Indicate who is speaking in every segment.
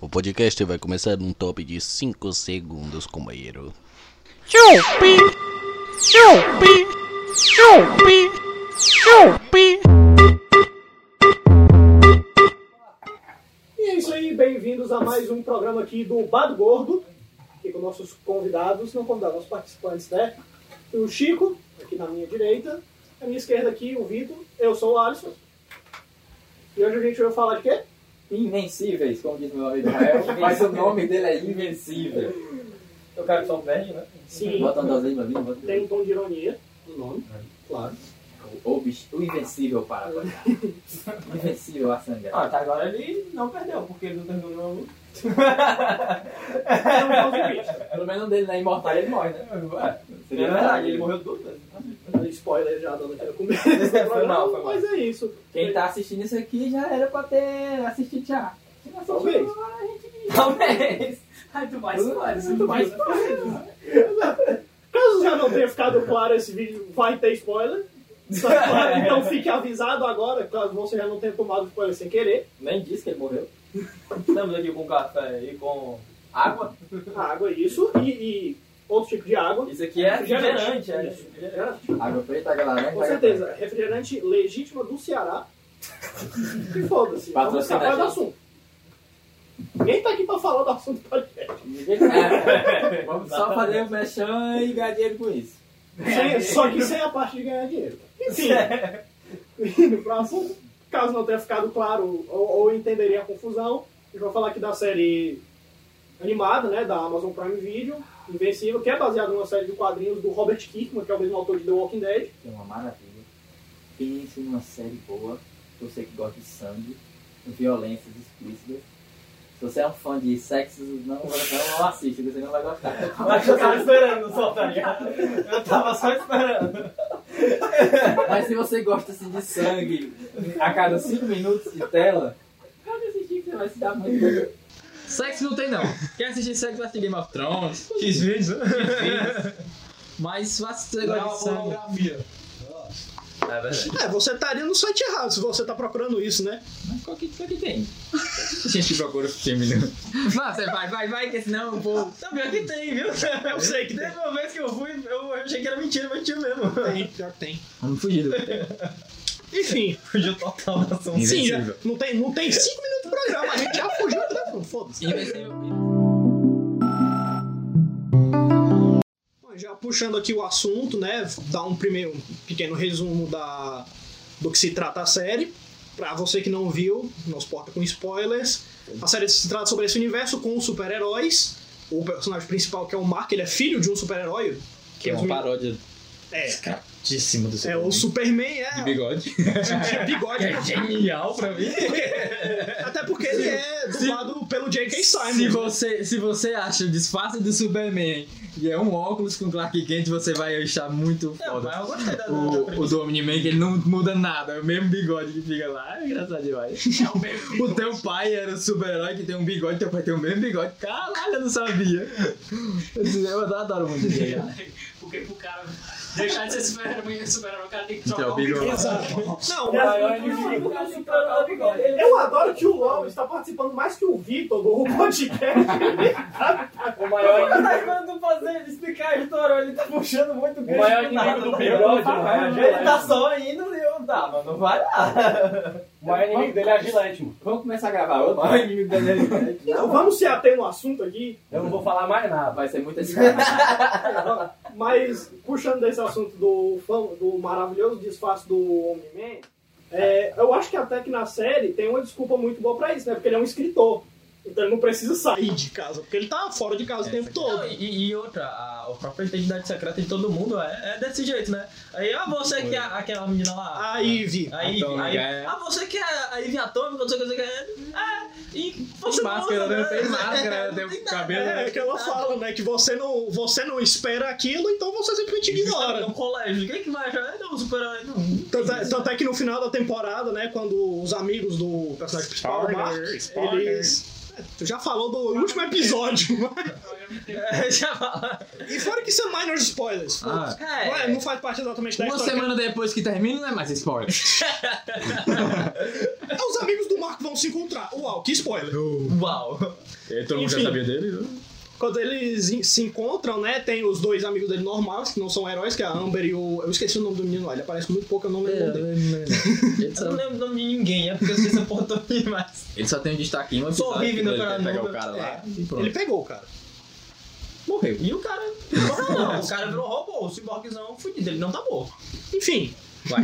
Speaker 1: O podcast vai começar num top de 5 segundos, companheiro.
Speaker 2: Chupi! Chupi! Chupi! Chupi!
Speaker 3: E é isso aí, bem-vindos a mais um programa aqui do Bado Gordo, aqui com nossos convidados, não convidados, nossos participantes, né? O Chico, aqui na minha direita, à minha esquerda aqui o Vitor, eu sou o Alisson. E hoje a gente vai falar de quê?
Speaker 4: Invencíveis, como diz meu amigo Israel, mas o nome dele é Invencível.
Speaker 5: Eu quero só velho, né?
Speaker 3: Sim,
Speaker 4: Bota um das letras ali, bota
Speaker 3: tem um tom de ironia no nome, É, claro.
Speaker 4: o, bicho, o Invencível para apanhar. O Invencível a sangrar.
Speaker 5: Ah, até agora ele não perdeu, porque ele não terminou no.
Speaker 3: É um tom de vista.
Speaker 4: Pelo menos um dele na Imortal ele morre, né?
Speaker 5: É verdade, ele morreu duas vezes.
Speaker 3: Spoiler já dando aquele começo. desse
Speaker 5: Foi mal, foi
Speaker 3: programa, Mas é isso.
Speaker 4: Quem tá assistindo isso aqui já era pra ter assistido já. Se não assistiu,
Speaker 3: Talvez.
Speaker 4: a gente-
Speaker 5: Talvez. Ai, tu mais
Speaker 4: Olha,
Speaker 5: fora,
Speaker 4: sinto
Speaker 5: tu mais
Speaker 4: mais
Speaker 5: fora.
Speaker 3: Caso já não tenha ficado claro, esse vídeo vai ter spoiler. Tá claro? Então fique avisado agora, caso você já não tenha tomado spoiler sem querer.
Speaker 5: Nem disse que ele morreu. Estamos aqui com café e com água.
Speaker 3: Água, é isso, e, e outro tipo de água.
Speaker 5: Isso aqui é refrigerante, é.
Speaker 3: Isso, refrigerante.
Speaker 4: Água preta, água laranja.
Speaker 3: Com
Speaker 4: água
Speaker 3: certeza, refrigerante legítima do Ceará. Que foda-se. Vamos
Speaker 4: Patrocina
Speaker 3: escapar
Speaker 4: a
Speaker 3: do
Speaker 4: gente.
Speaker 3: assunto. Ninguém tá aqui pra falar do assunto do podcast.
Speaker 4: preta. É, Vamos só fazer um mexão e ganhar dinheiro com isso.
Speaker 3: Sem- só que sem a parte de ganhar dinheiro. Enfim, indo pro assunto, caso não tenha ficado claro ou, ou entenderia a confusão, a gente vai falar aqui da série animada, né, da Amazon Prime Video, Invencível, que é baseada numa série de quadrinhos do Robert Kirkman, que é o mesmo autor de The Walking Dead.
Speaker 4: que é uma maravilha. Pense numa série boa, se você que gosta de sangue, violências explícitas. Se você é um fã de sexo, não, não assiste, você não vai gostar.
Speaker 5: Mas eu tava esperando só, tá ligado? Eu tava só esperando.
Speaker 4: Mas se você gosta assim, de sangue, a cada 5 minutos de tela, pode assistir que você vai se dar muito bem.
Speaker 6: Sexo não tem não. Quer assistir sexo vai assistir Game of Thrones,
Speaker 5: X vídeos.
Speaker 6: mas se você
Speaker 5: É
Speaker 6: gosta de
Speaker 5: uma
Speaker 6: sangue.
Speaker 5: pornografia. É verdade.
Speaker 3: É, você estaria no site errado se você tá procurando isso, né?
Speaker 6: Mas qual que, qual que tem?
Speaker 5: Gente procura o filme, né?
Speaker 6: Não, você vai, vai, vai, que senão eu vou.
Speaker 5: Tá pior que tem, viu? Eu sei que tem. Teve uma vez que eu fui, eu achei que era mentira, mas tinha mesmo.
Speaker 3: Tem, pior que tem.
Speaker 6: Vamos fugir do
Speaker 3: Enfim,
Speaker 5: Fugiu total da ação.
Speaker 3: sim, já, não tem 5 minutos de programa, a gente já fugiu do assunto, foda-se.
Speaker 4: um
Speaker 6: Invencível.
Speaker 3: Bom, Já puxando aqui o assunto, né? Dar um primeiro um pequeno resumo da, do que se trata a série. Pra você que não viu, não se porta com spoilers. A série se trata sobre esse universo com super-heróis. O personagem principal, que é o Mark, ele é filho de um super-herói. um
Speaker 6: Que é uma paródia
Speaker 3: É,
Speaker 6: escratíssima do
Speaker 3: é o Superman, é.
Speaker 6: bigode.
Speaker 3: De bigode.
Speaker 6: Genial pra mim.
Speaker 3: Até porque ele é dublado pelo J.K.
Speaker 6: Se
Speaker 3: Simon.
Speaker 6: você, se você acha o disfarce do Superman e é um óculos com Clark Kent, você vai achar muito foda.
Speaker 5: Mas eu gostei da
Speaker 6: O, o do Omni-Man, que ele não muda nada, é o mesmo bigode que fica lá, é engraçado demais.
Speaker 5: É
Speaker 6: o teu pai era o super-herói que tem um bigode, teu pai tem o mesmo bigode. Caralho, eu não sabia. Eu eu adoro muito isso.
Speaker 7: Porque pro cara deixar de ser super-herói, super-herói, o cara tem que
Speaker 6: Então,
Speaker 7: trocar
Speaker 6: o
Speaker 7: o bigode.
Speaker 6: bigode.
Speaker 3: Não,
Speaker 5: assim bigode.
Speaker 3: Eu adoro que o LOL está participando mais que o Vitor do podcast.
Speaker 5: O maior inimigo. fazer, explicar a história, ele tá puxando muito grande. O maior inimigo do bigode. Ele tá só indo e eu tá, mas não vai dar. O maior inimigo dele é a Gillette, mano.
Speaker 4: Vamos começar a gravar outro. Ai, inimigo da Nelly.
Speaker 3: Então vamos se ater no assunto aqui,
Speaker 5: Eu não vou falar mais nada.
Speaker 4: Vai ser muita desgraça.
Speaker 3: mas puxando desse assunto do, fam- do maravilhoso disfarce do Homem-Man, é, eu acho que até que na série tem uma desculpa muito boa pra isso, né? Porque ele é um escritor. Então ele não precisa sair de casa, porque ele tá fora de casa o tempo todo.
Speaker 5: E, e outra, a, a própria identidade secreta de todo mundo é, é desse jeito, né? Aí, ah, você que é aquela menina lá.
Speaker 3: A Ivy.
Speaker 5: Aí,
Speaker 6: Atômica,
Speaker 5: aí,
Speaker 6: é.
Speaker 5: ah, você que é a Ivy Atômica, não sei o que, não sei o que.
Speaker 8: é,
Speaker 5: Ah, e você
Speaker 6: Tem
Speaker 5: não
Speaker 6: máscara,
Speaker 5: usa,
Speaker 6: né?
Speaker 5: né?
Speaker 6: Tem máscara,
Speaker 5: Não
Speaker 6: tem
Speaker 5: nada.
Speaker 6: cabelo, né?
Speaker 3: É, que ela fala, né? Que você não, você não espera aquilo, então você simplesmente
Speaker 8: é um
Speaker 3: ignora.
Speaker 5: No colégio, quem que vai achar? Não, super-herói não.
Speaker 3: Tanto é, tanto é que no final da temporada, né, quando os amigos do personagem principal, o Mark,
Speaker 6: Spoilers, spoilers.
Speaker 3: eles. Tu já falou do último episódio.
Speaker 8: É,
Speaker 6: Já fala.
Speaker 3: e fora que isso é minor spoilers.
Speaker 6: Ah.
Speaker 3: foda-se. não, é- não faz parte exatamente da
Speaker 6: Uma
Speaker 3: história.
Speaker 6: semana depois que termina, não é mais spoiler.
Speaker 3: É, Os amigos do Marco vão se encontrar. Uau, que spoiler.
Speaker 6: Uau. É,
Speaker 9: E aí todo mundo já
Speaker 3: Enfim.
Speaker 9: sabia dele, né?
Speaker 3: Quando eles in- se encontram, né? Tem os dois amigos dele normais, que não são heróis, que é a Amber e o. Eu esqueci o nome do menino lá, ele aparece muito pouco, eu não lembro o nome
Speaker 6: É,
Speaker 3: dele.
Speaker 6: Ele
Speaker 8: Eu
Speaker 6: só,
Speaker 8: não lembro o nome de ninguém, é porque vocês apontam demais.
Speaker 6: ele só tem um destaque em um
Speaker 8: Só
Speaker 6: episódio,
Speaker 8: vive no
Speaker 6: ele
Speaker 8: Paraná.
Speaker 6: pega o cara lá e pronto.
Speaker 3: Ele pegou, cara.
Speaker 8: Morreu. E o cara. Morreu não, o cara virou robô, o ciborguezão fudido, ele não tá morto.
Speaker 3: Enfim.
Speaker 6: Vai.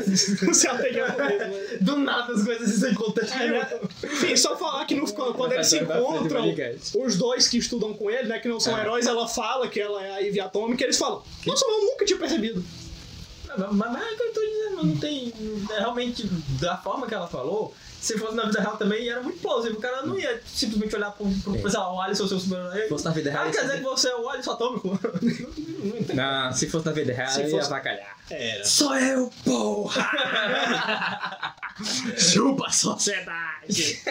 Speaker 3: Você até a mesmo, né?
Speaker 8: Do nada as coisas se
Speaker 3: É,
Speaker 8: acontecem.
Speaker 3: né? Enfim, só falar que no, quando eles se
Speaker 6: Vai pra frente,
Speaker 3: encontram,
Speaker 6: vai ligar.
Speaker 3: os dois que estudam com ele, né, que não são heróis, ela fala que ela é a Ivy Atômica, eles falam, nossa, eu nunca tinha percebido.
Speaker 8: Mas, mas é o que eu tô dizendo, não tem. é Realmente, da forma que ela falou, se fosse na vida real também, era muito plausível. O cara não ia simplesmente olhar pro, pro sei lá, o Alisson, seu super-herói.
Speaker 6: É. Se fosse na vida
Speaker 8: Ah,
Speaker 6: real.
Speaker 8: quer dizer que você é o Alisson atômico?
Speaker 6: Não, se fosse na vida real,
Speaker 3: Se
Speaker 6: ele ia
Speaker 3: fosse-
Speaker 6: avacalhar.
Speaker 3: Era.
Speaker 6: Sou eu, porra! Chupa sociedade!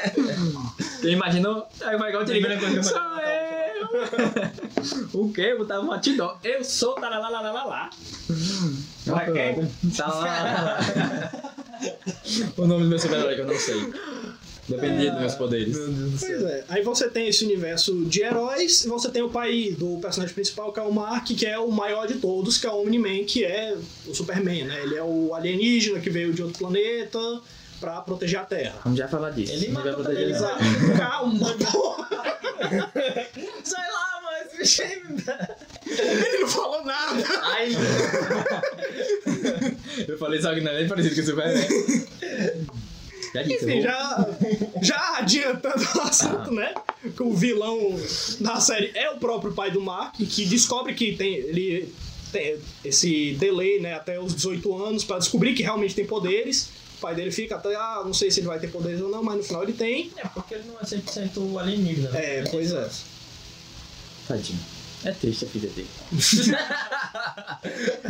Speaker 6: Quem imaginou? Aí vai igual te ligando
Speaker 8: Primeira coisa que eu
Speaker 6: Sou
Speaker 8: falei,
Speaker 6: eu! o quê? Eu botava um atidó. Eu sou taralalalala.
Speaker 8: Vai quem?
Speaker 6: Taralalalá. o nome do meu super-herói que eu não sei. Dependia dos meus poderes.
Speaker 3: Pois é. Aí você tem esse universo de heróis, e você tem o pai do personagem principal, que é o Mark, que é o maior de todos, que é o Omni-Man, que é o Superman, né? Ele é o alienígena que veio de outro planeta pra proteger a Terra.
Speaker 6: Vamos já falar disso.
Speaker 8: Ele
Speaker 6: Não vai
Speaker 8: matou
Speaker 6: proteger
Speaker 8: também,
Speaker 6: ele.
Speaker 3: Calma, porra!
Speaker 8: Sei lá, mas bicho, aí me dá.
Speaker 3: Ele não falou nada!
Speaker 8: Ai,
Speaker 6: Eu falei só que não é nem parecido com o Superman. Já disse, eu
Speaker 3: Enfim,
Speaker 6: vou-
Speaker 3: já, já adiantando o assunto, né? Que o vilão da série é o próprio pai do Mark, que descobre que tem, ele tem esse delay, né? Até os 18 anos, pra descobrir que realmente tem poderes. O pai dele fica até, ah, não sei se ele vai ter poderes ou não, mas no final ele tem.
Speaker 8: É porque ele não é 100% alienígena. né?
Speaker 3: É, pois é.
Speaker 6: Tadinho. É triste a filha dele.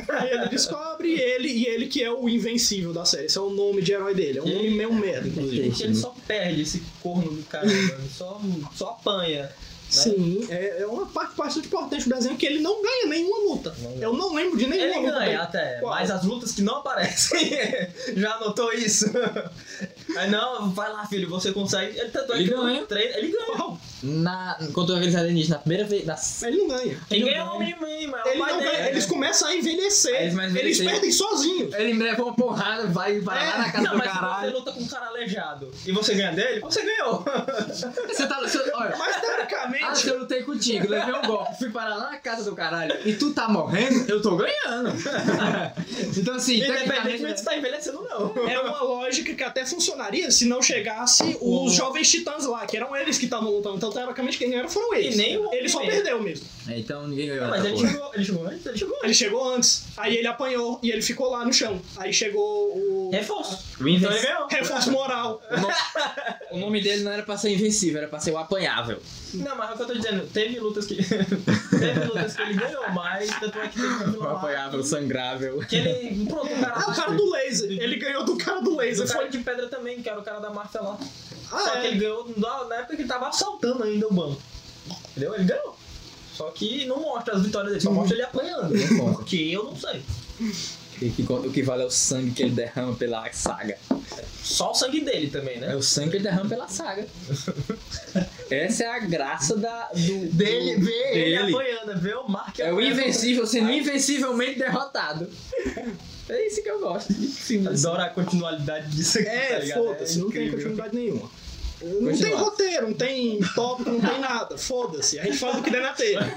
Speaker 3: Aí ele descobre e ele, e ele que é o invencível da série. Esse é o nome de herói dele. É um nome meio merda, inclusive.
Speaker 8: Gente, ele só perde esse corno do cara, mano. Só, só apanha.
Speaker 3: Sim, é, é uma parte bastante importante do desenho que ele não ganha nenhuma luta. Eu não lembro de nenhuma
Speaker 8: Ele
Speaker 3: luta. dele.
Speaker 8: ganha até,
Speaker 3: Qual?
Speaker 8: mas as lutas que não aparecem, já anotou isso? Aí não, vai lá, filho, você consegue. Ele tanto é
Speaker 6: Ele
Speaker 8: que no
Speaker 6: ganha.
Speaker 8: treino- ele ganha.
Speaker 3: Qual?
Speaker 6: Na, contra aqueles alienígenas, na primeira vez. Na...
Speaker 3: Ele não ganha.
Speaker 8: Quem ganha é o homem mas é
Speaker 3: Ele
Speaker 8: o pai
Speaker 3: não ganha,
Speaker 8: dele.
Speaker 3: Eles começam a envelhecer.
Speaker 6: Aí eles mais
Speaker 3: eles
Speaker 6: envelhecer.
Speaker 3: perdem
Speaker 8: É.
Speaker 3: sozinhos.
Speaker 6: Ele me leva uma porrada, vai, vai lá na casa
Speaker 8: Não,
Speaker 6: do
Speaker 8: mas se você
Speaker 6: caralho.
Speaker 8: luta com um cara aleijado e você ganha dele, você ganhou.
Speaker 6: Você tá. Você, olha,
Speaker 3: Mas
Speaker 6: ah,
Speaker 3: teoricamente.
Speaker 6: se eu lutei contigo, levei um golpe, fui parar lá na casa do caralho e tu tá morrendo, eu tô ganhando. então assim,
Speaker 8: Independentemente se
Speaker 6: tecnicamente.
Speaker 8: tá envelhecendo ou não.
Speaker 3: É uma lógica que até funcionaria se não chegasse
Speaker 8: O-
Speaker 3: os jovens titãs lá, que eram eles que estavam lutando. Então, teoricamente, quem ganharam foram eles.
Speaker 8: E nem o né?
Speaker 3: ele só
Speaker 8: Homem-Man.
Speaker 3: perdeu mesmo.
Speaker 6: É, então ninguém ganhou.
Speaker 8: Mas
Speaker 6: essa
Speaker 8: ele
Speaker 6: porra.
Speaker 8: chegou, ele chegou antes, ele chegou antes.
Speaker 3: Ele chegou antes, aí ele apanhou e ele ficou lá no chão. Aí chegou o
Speaker 8: Reforço.
Speaker 6: tipo, O,
Speaker 8: Então ele
Speaker 6: invenci-
Speaker 8: ganhou.
Speaker 3: reforço moral.
Speaker 6: o nome dele não era pra ser invencível, era pra ser o apanhável.
Speaker 8: Não, mas é o que eu tô dizendo, teve lutas que. teve lutas que ele ganhou, mas tanto é que teve um vilão
Speaker 6: O
Speaker 8: lá
Speaker 6: apanhável, sangrável.
Speaker 8: Que ele. Pronto, o cara.
Speaker 3: Ah, o cara do laser. Ele ganhou do cara do
Speaker 8: O
Speaker 3: laser.
Speaker 8: cara
Speaker 3: Foi...
Speaker 8: de pedra também, que era o cara da máfia lá. Só
Speaker 3: Ah,
Speaker 8: que
Speaker 3: é.
Speaker 8: ele ganhou na na época que ele tava assaltando ainda o banco. Entendeu? Ele ganhou. Só que não mostra as vitórias dele, só mostra ele apanhando. Porque eu não sei.
Speaker 6: O que, o que vale é o sangue que ele derrama pela saga.
Speaker 8: Só o sangue dele também,
Speaker 6: É
Speaker 8: né?
Speaker 6: o sangue que ele derrama pela saga. Essa é a graça da, do.
Speaker 8: Dele,
Speaker 6: do-
Speaker 8: vê
Speaker 3: É
Speaker 8: ele
Speaker 6: dele.
Speaker 8: apanhando, vê o Mark
Speaker 6: É o
Speaker 8: apanhando.
Speaker 6: invencível sendo invencivelmente derrotado. É isso que eu gosto de filmes.
Speaker 8: Adoro a continualidade disso aqui. tá
Speaker 3: É,
Speaker 8: ligado?
Speaker 3: foda-se, não tem
Speaker 8: incrível.
Speaker 3: continuidade nenhuma. Não tem
Speaker 6: Continuar.
Speaker 3: roteiro, não tem tópico, não tem nada. Foda-se, a gente faz o que der na telha.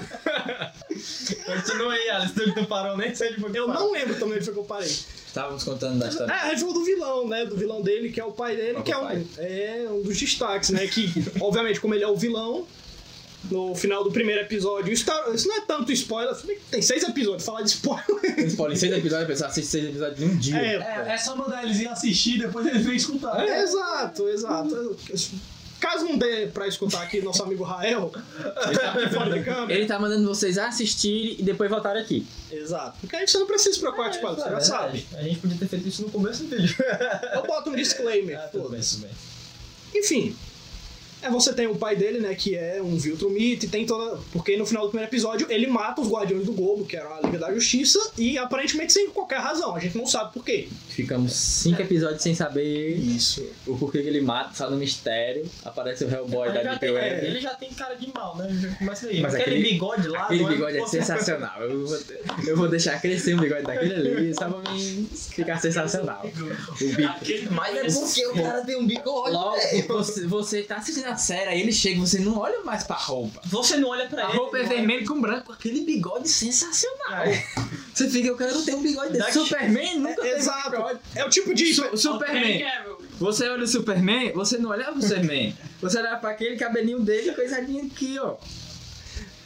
Speaker 8: Continua aí, Alice, tu não parou nem sei de onde
Speaker 3: Eu
Speaker 8: parou.
Speaker 3: não lembro também onde foi que eu parei.
Speaker 6: Estávamos contando da
Speaker 3: É,
Speaker 6: história.
Speaker 3: a gente falou do vilão, né? Do vilão dele, que é o pai dele, que é um,
Speaker 6: pai.
Speaker 3: é um dos destaques, né? Que, obviamente, como ele é o vilão, no final do primeiro episódio, isso, tá- isso não é tanto spoiler, tem seis episódios, falar de spoiler.
Speaker 6: Eles podem seis episódios, a pessoa assiste seis episódios em um dia.
Speaker 3: É,
Speaker 10: É, é só mandar eles ir assistir, depois eles vêm escutar.
Speaker 3: É, Exato, exato. Caso não dê pra escutar aqui nosso amigo Rael, ele tá aqui fora de câmera.
Speaker 6: Ele tá mandando vocês assistirem e depois voltar aqui.
Speaker 3: Exato. Porque a gente não precisa se
Speaker 8: É,
Speaker 3: preocupar com spoiler, você já sabe.
Speaker 8: né? A gente podia ter feito isso no começo do vídeo.
Speaker 3: Eu boto um disclaimer.
Speaker 8: Ah, É, tudo bem,
Speaker 3: foda-se.
Speaker 8: tudo bem.
Speaker 3: Enfim. É, você tem o pai dele, né, que é um Viltrumite, e tem toda... Porque no final do primeiro episódio ele mata os Guardiões do Globo, que era a Liga da Justiça, e aparentemente sem qualquer razão, a gente não sabe por quê.
Speaker 6: Ficamos cinco episódios sem saber
Speaker 3: Isso.
Speaker 6: o porquê que ele mata, só no mistério. Aparece o Hellboy da
Speaker 8: já
Speaker 6: Deep
Speaker 8: tem- é,
Speaker 6: Web.
Speaker 8: ele já tem cara de mal, né? Já começa aí.
Speaker 6: Mas
Speaker 8: aquele,
Speaker 6: aquele-
Speaker 8: bigode lá.
Speaker 6: Aquele
Speaker 8: não
Speaker 6: bigode é
Speaker 8: Pô,
Speaker 6: sensacional. Eu vou, eu vou deixar crescer o bigode daquele ali só pra mim ficar sensacional. O bico.
Speaker 7: Aquele
Speaker 8: Mas é porque o cara tem um bigode.
Speaker 6: Logo, você, você tá assistindo a série, aí ele chega, você não olha mais pra roupa.
Speaker 8: Você não olha pra
Speaker 6: A
Speaker 8: ele.
Speaker 6: roupa é
Speaker 8: não
Speaker 6: vermelha com branco, aquele bigode sensacional.
Speaker 8: É.
Speaker 6: Você fica, eu quero ter um bigode desse.
Speaker 8: Daqui-
Speaker 6: Superman nunca teve um-
Speaker 3: exato.
Speaker 6: bigode.
Speaker 3: É o tipo de...
Speaker 6: Su- Superman, você olha o Superman, você não olha pro Superman. Você olha pra aquele cabelinho dele, coisadinho aqui, ó.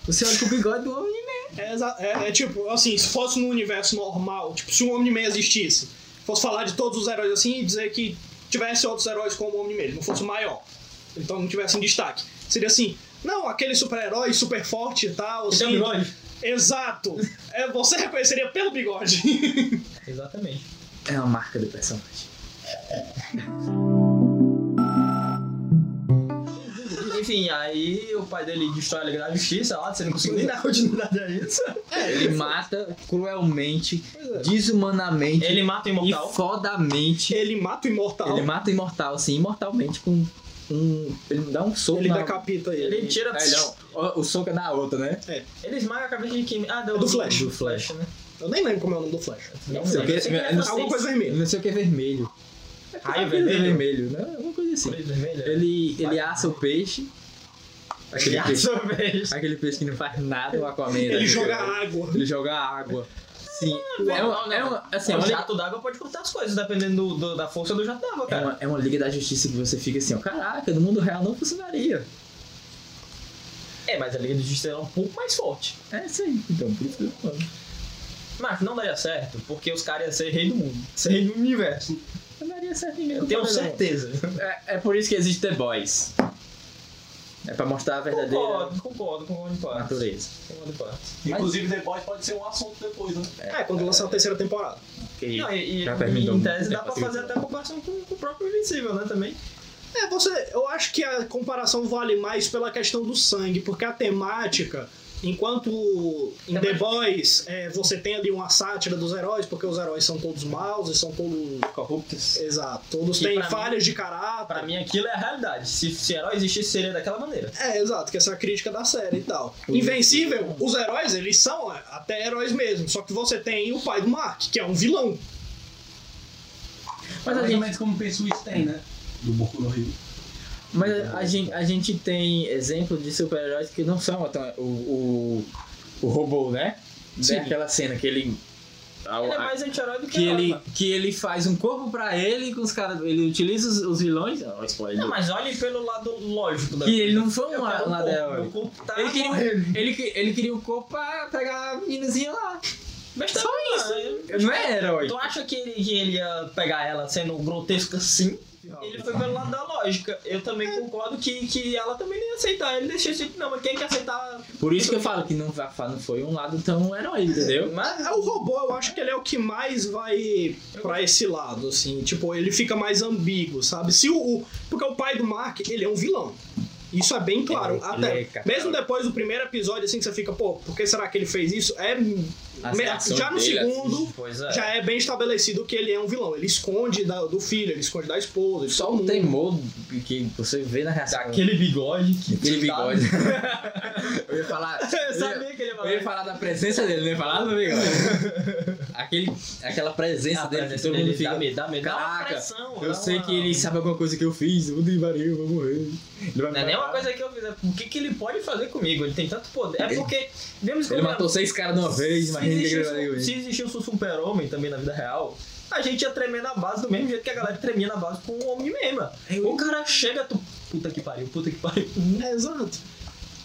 Speaker 6: Você olha pro bigode do homem né?
Speaker 3: É, exa- é- é tipo, assim, se fosse no universo normal, tipo, se o Omni-Man existisse, fosse falar de todos os heróis assim e dizer que tivesse outros heróis como o Omni-Man, ele não fosse o maior, então não tivesse em destaque. Seria assim, não, aquele super-herói super forte e tal, assim...
Speaker 8: tem um bigode.
Speaker 3: Exato! É, você reconheceria pelo bigode.
Speaker 8: Exatamente.
Speaker 6: É uma marca do personagem.
Speaker 8: Enfim, aí o pai dele destrói a Liga da Justiça lá, você não conseguiu
Speaker 6: é.
Speaker 8: nem dar continuidade a isso.
Speaker 6: Ele mata cruelmente, desumanamente
Speaker 8: Ele mata o
Speaker 6: e
Speaker 8: Imortal.
Speaker 6: fodamente.
Speaker 3: Ele mata o imortal,
Speaker 6: Ele
Speaker 3: ele,
Speaker 6: mata o imortal, assim, imortalmente com um. Ele dá um soco. na...
Speaker 3: decapita ele.
Speaker 8: Ele tira.
Speaker 6: É, ele dá um- o, o soco é na outra, né?
Speaker 8: Ele esmaga a cabeça de quem? Ah, do,
Speaker 3: É do Flash.
Speaker 8: Do Flash, né?
Speaker 3: Eu nem lembro como é o nome do Flash.
Speaker 6: Não sei o que, é
Speaker 8: Esse cara
Speaker 6: não sei,
Speaker 3: Alguma coisa vermelha.
Speaker 6: não sei o que é vermelho.
Speaker 8: Raio
Speaker 6: Aquele
Speaker 8: vermelho.
Speaker 6: vermelho, né? Alguma coisa assim.
Speaker 8: Raio vermelho.
Speaker 6: Ele, ele assa o peixe. Aquele
Speaker 8: Ele
Speaker 6: peixe.
Speaker 8: assa o peixe.
Speaker 6: Aquele peixe que não faz nada o Aquaman. né?
Speaker 3: Ele joga água.
Speaker 6: Ele joga água. Sim. É uma, é uma, assim, é
Speaker 8: o
Speaker 6: uma,
Speaker 8: jato d'água pode cortar as coisas, dependendo do- do- da força do jato d'água,
Speaker 6: É
Speaker 8: cara.
Speaker 6: uma, é uma liga da justiça que você fica assim, ó, caraca, no mundo real não funcionaria.
Speaker 8: É, mas a Liga da Justiça é um pouco mais forte.
Speaker 6: É isso aí, então, por isso que eu falo.
Speaker 8: Mas não daria certo, porque os caras iam ser rei do mundo. Ser rei do universo.
Speaker 6: Não daria certo
Speaker 8: Eu
Speaker 6: em nenhum
Speaker 8: tenho
Speaker 6: lugar, não.
Speaker 8: certeza.
Speaker 6: É, é por isso que existe The Boys. É pra mostrar a verdadeira
Speaker 8: Concordo, concordo com o Rony Park.
Speaker 6: natureza.
Speaker 8: Concordo com o Rony Park.
Speaker 7: Inclusive, depois pode ser um assunto depois, né?
Speaker 3: É, quando lançar a terceira temporada.
Speaker 8: Não, e, e,
Speaker 6: Já terminou
Speaker 8: em tese dá pra
Speaker 6: muito tempo,
Speaker 8: fazer
Speaker 6: assim.
Speaker 8: até comparação com, com o próprio Invencível, né, também.
Speaker 3: É, você. Eu acho que a comparação vale mais pela questão do sangue, porque a temática. Enquanto em The Boys é, você tem ali uma sátira dos heróis, porque os heróis são todos maus e são todos.
Speaker 8: Corruptos.
Speaker 3: Exato. Todos
Speaker 8: Que
Speaker 3: têm
Speaker 8: pra mim-
Speaker 3: falhas de caráter.
Speaker 8: Pra mim aquilo é a realidade. Se, se herói existisse, seria daquela maneira.
Speaker 3: É, exato, que essa é a crítica da série e tal. Invencível, os heróis, eles são é, até heróis mesmo. Só que você tem o pai do Mark, que é um vilão.
Speaker 7: Mais
Speaker 6: Mas é a
Speaker 7: ou
Speaker 6: gente,
Speaker 7: menos como o Pessoa tem, né? Do Boku no Rio.
Speaker 6: mas a gente, a gente tem exemplos de super-heróis que não são tão- o, o, o robô, né?
Speaker 3: Sim.
Speaker 6: Tem aquela cena que ele. a-
Speaker 8: Ele é
Speaker 6: a-
Speaker 8: mais anti-herói do que,
Speaker 6: que
Speaker 8: herói, né?
Speaker 6: ele,
Speaker 8: mano.
Speaker 6: que ele faz um corpo pra ele com os caras. Ele utiliza os, os vilões. Ó, spoiler.
Speaker 8: Não, mas olhe pelo lado lógico da
Speaker 6: Que ele não foi um
Speaker 8: Eu quero
Speaker 6: lado
Speaker 8: um
Speaker 6: lá
Speaker 8: corpo.
Speaker 6: dela.
Speaker 8: Meu corpo tá
Speaker 6: Ele queria, um
Speaker 8: morrendo.
Speaker 6: ele, que- ele queria um corpo pra pegar a meninazinha lá.
Speaker 8: Mas tá
Speaker 6: Só
Speaker 8: bom,
Speaker 6: isso.
Speaker 8: né?
Speaker 6: Não é herói.
Speaker 8: Tu acha que ele, que ele ia pegar ela sendo grotesca assim? Ele foi pelo lado da lógica. Eu também concordo que, que ela também não ia aceitar. Ele deixou assim, não, mas quem quer aceitar?
Speaker 6: Por isso que eu falo que não, va- fa- não foi um lado tão herói, entendeu?
Speaker 8: Mas
Speaker 3: É, O robô, eu acho que ele é o que mais vai pra esse lado, assim. Tipo, ele fica mais ambíguo, sabe? Se o, o- porque o pai do Mark, ele é um vilão. Isso é bem claro.
Speaker 6: Ele- ele
Speaker 3: até
Speaker 6: é capaz.
Speaker 3: mesmo depois do primeiro episódio, assim, que você fica, pô, por que será que ele fez isso? É
Speaker 6: As
Speaker 3: me-
Speaker 6: reações
Speaker 3: já no
Speaker 6: dele, assim,
Speaker 3: segundo
Speaker 8: Pois é.
Speaker 3: já é bem estabelecido que ele é um vilão. Ele esconde da- do filho, ele esconde da esposa. Ele
Speaker 6: Só
Speaker 3: esconde
Speaker 6: um
Speaker 3: do mundo.
Speaker 6: temor que você vê na reação.
Speaker 8: Aquele bigode que.
Speaker 6: Aquele é bigode. tá- eu ia falar.
Speaker 8: Eu
Speaker 6: Eu ia,
Speaker 8: sabia que ele ia
Speaker 6: eu ia
Speaker 8: falar.
Speaker 6: falar da presença dele, não ia falar do bigode. Aquele, aquela presença
Speaker 8: Ah,
Speaker 6: dele
Speaker 8: mas
Speaker 6: que todo mundo
Speaker 8: dele
Speaker 6: fica.
Speaker 8: Dá medo, dá medo. Dá uma
Speaker 6: Caraca,
Speaker 8: pressão,
Speaker 6: Eu
Speaker 8: dá
Speaker 6: sei
Speaker 8: uma-
Speaker 6: que ele sabe alguma coisa que eu fiz, eu vou invadir, eu vou morrer. Ele vai
Speaker 8: Não é
Speaker 6: me
Speaker 8: nem uma
Speaker 6: matar.
Speaker 8: coisa que eu fiz. é O que, que ele pode fazer comigo? Ele tem tanto poder. É
Speaker 6: Ele-
Speaker 8: porque. Vemos é-
Speaker 6: Ele matou seis caras de uma vez,
Speaker 8: se
Speaker 6: imagina o que ele vai fazer com
Speaker 8: existisse,
Speaker 6: isso.
Speaker 8: se existisse um super-homem também na vida real, a gente ia tremer na base do mesmo jeito que a galera tremia na base com o homem mesmo. O cara chega, tu. Puta que pariu, puta que pariu.
Speaker 3: É, exato.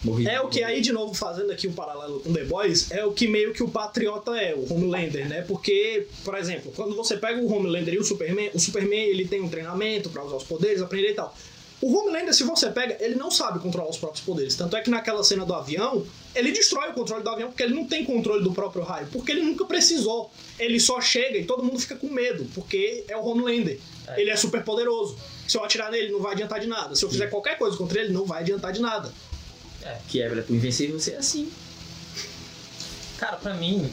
Speaker 6: Morri.
Speaker 3: É o que aí, de novo, fazendo aqui um paralelo com The Boys, é o que meio que o patriota é, o Homelander, né? Porque, por exemplo, quando você pega o Homelander e o Superman, o Superman ele tem um treinamento pra usar os poderes, aprender e tal. O Homelander, se você pega, ele não sabe controlar os próprios poderes. Tanto é que naquela cena do avião, ele destrói o controle do avião porque ele não tem controle do próprio raio, porque ele nunca precisou. Ele só chega e todo mundo fica com medo, porque é o Homelander. Ele é super poderoso. Se eu atirar nele, não vai adiantar de nada. Se eu fizer qualquer coisa contra ele, não vai adiantar de nada.
Speaker 8: É, que é, velho, pro invencível ser assim. Cara, pra mim,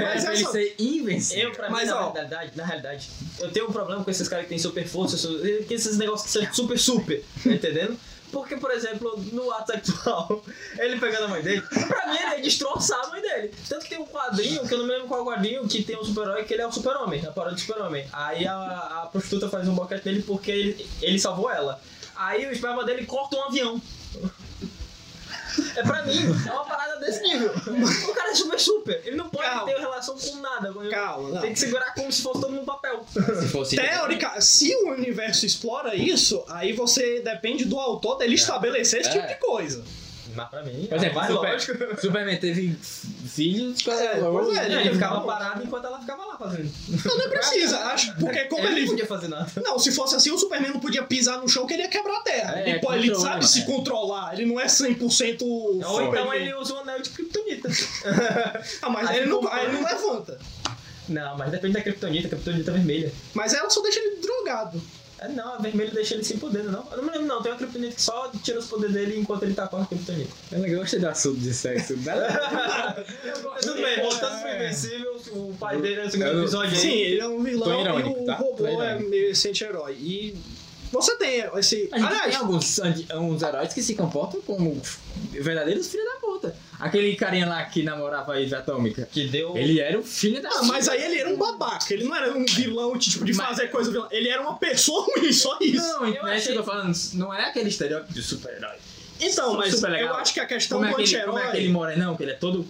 Speaker 3: Mas
Speaker 8: pra
Speaker 3: é
Speaker 8: ele
Speaker 3: só-
Speaker 8: ser invencível. Eu, pra
Speaker 3: Mas,
Speaker 8: mim, na
Speaker 3: ó.
Speaker 8: realidade, na realidade, eu tenho um problema com esses caras que têm super força, su- que esses negócios que são super, super, tá entendendo? Porque, por exemplo, no ato atual, ele pegando a mãe dele, pra mim ele ia destroçar a mãe dele. Tanto que tem um quadrinho, que eu não me lembro qual quadrinho, que tem um super-herói que ele é o super-homem, a paródia do super-homem. Aí a, a prostituta faz um boquete nele porque ele, ele salvou ela. Aí o esperma dele corta um avião. É pra mim, é uma parada desse nível. O cara é super super. Ele não pode
Speaker 3: Calma.
Speaker 8: ter relação com nada.
Speaker 3: Calma, não.
Speaker 8: Tem que segurar como se fosse todo num papel.
Speaker 6: Se fosse.
Speaker 3: Teórica, se o universo explora isso, aí você depende do autor dele estabelecer esse
Speaker 6: É.
Speaker 3: tipo de coisa.
Speaker 8: Mas pra mim,
Speaker 6: Por exemplo,
Speaker 8: vai
Speaker 6: Super-
Speaker 8: lógico.
Speaker 6: Superman teve filhos com a
Speaker 3: É, pois é,
Speaker 8: Ele
Speaker 3: ele
Speaker 8: ficava parado enquanto ela ficava lá fazendo.
Speaker 3: Não, não precisa. Acho, porque como
Speaker 8: ele não
Speaker 3: ele.
Speaker 8: podia fazer nada.
Speaker 3: Não, se fosse assim, o Superman não podia pisar no chão que ele ia quebrar a terra.
Speaker 6: É,
Speaker 3: ele,
Speaker 6: é
Speaker 3: pode- ele
Speaker 6: controle,
Speaker 3: sabe se
Speaker 6: é.
Speaker 3: controlar, ele não é 100%
Speaker 8: Ou então
Speaker 3: Superman.
Speaker 8: ele usa o anel de kryptonita.
Speaker 3: Ah, mas
Speaker 8: Aí
Speaker 3: ele não,
Speaker 8: ficou-
Speaker 3: aí ele não levanta.
Speaker 8: não, mas depende da kryptonita, a kryptonita é vermelha.
Speaker 3: Mas ela só deixa ele drogado.
Speaker 8: É, não, a vermelha deixa ele sem poder, não. é não? Eu não me lembro, não. Tem uma kryptonita que só tira os poderes dele enquanto ele tá com a kryptonita.
Speaker 6: Eu não gostei do assunto de sexo. né? Nada-
Speaker 8: Tudo bem, voltando pro Invencível, o pai dele é o
Speaker 6: Eu
Speaker 8: segundo
Speaker 6: não-
Speaker 8: episódio aí.
Speaker 3: Sim, ele é um vilão
Speaker 6: Tô irônico,
Speaker 3: e o
Speaker 6: tá? Tô
Speaker 3: robô é
Speaker 6: irônico.
Speaker 3: meio esse anti-herói. E você tem esse.
Speaker 6: A gente tem
Speaker 3: Aliás,
Speaker 6: alguns, anti- uns heróis que se comportam como verdadeiros filhos da puta. Aquele carinha lá que namorava a Ivy Atômica.
Speaker 8: Que deu. um-
Speaker 6: Ele era o filho da
Speaker 3: ah, mas aí ele era um babaca, ele não era um vilão tipo, de fazer coisa vilã. Ele era uma pessoa ruim, só isso.
Speaker 6: Não,
Speaker 8: Eu
Speaker 6: não é isso
Speaker 8: achei-
Speaker 6: que eu tô falando. Não é aquele estereótipo de super-herói.
Speaker 3: Então, mas
Speaker 6: super legal.
Speaker 3: eu acho que a questão
Speaker 6: Como é
Speaker 3: do
Speaker 6: aquele, como
Speaker 3: anti-herói.
Speaker 6: é aquele morenão, que ele é todo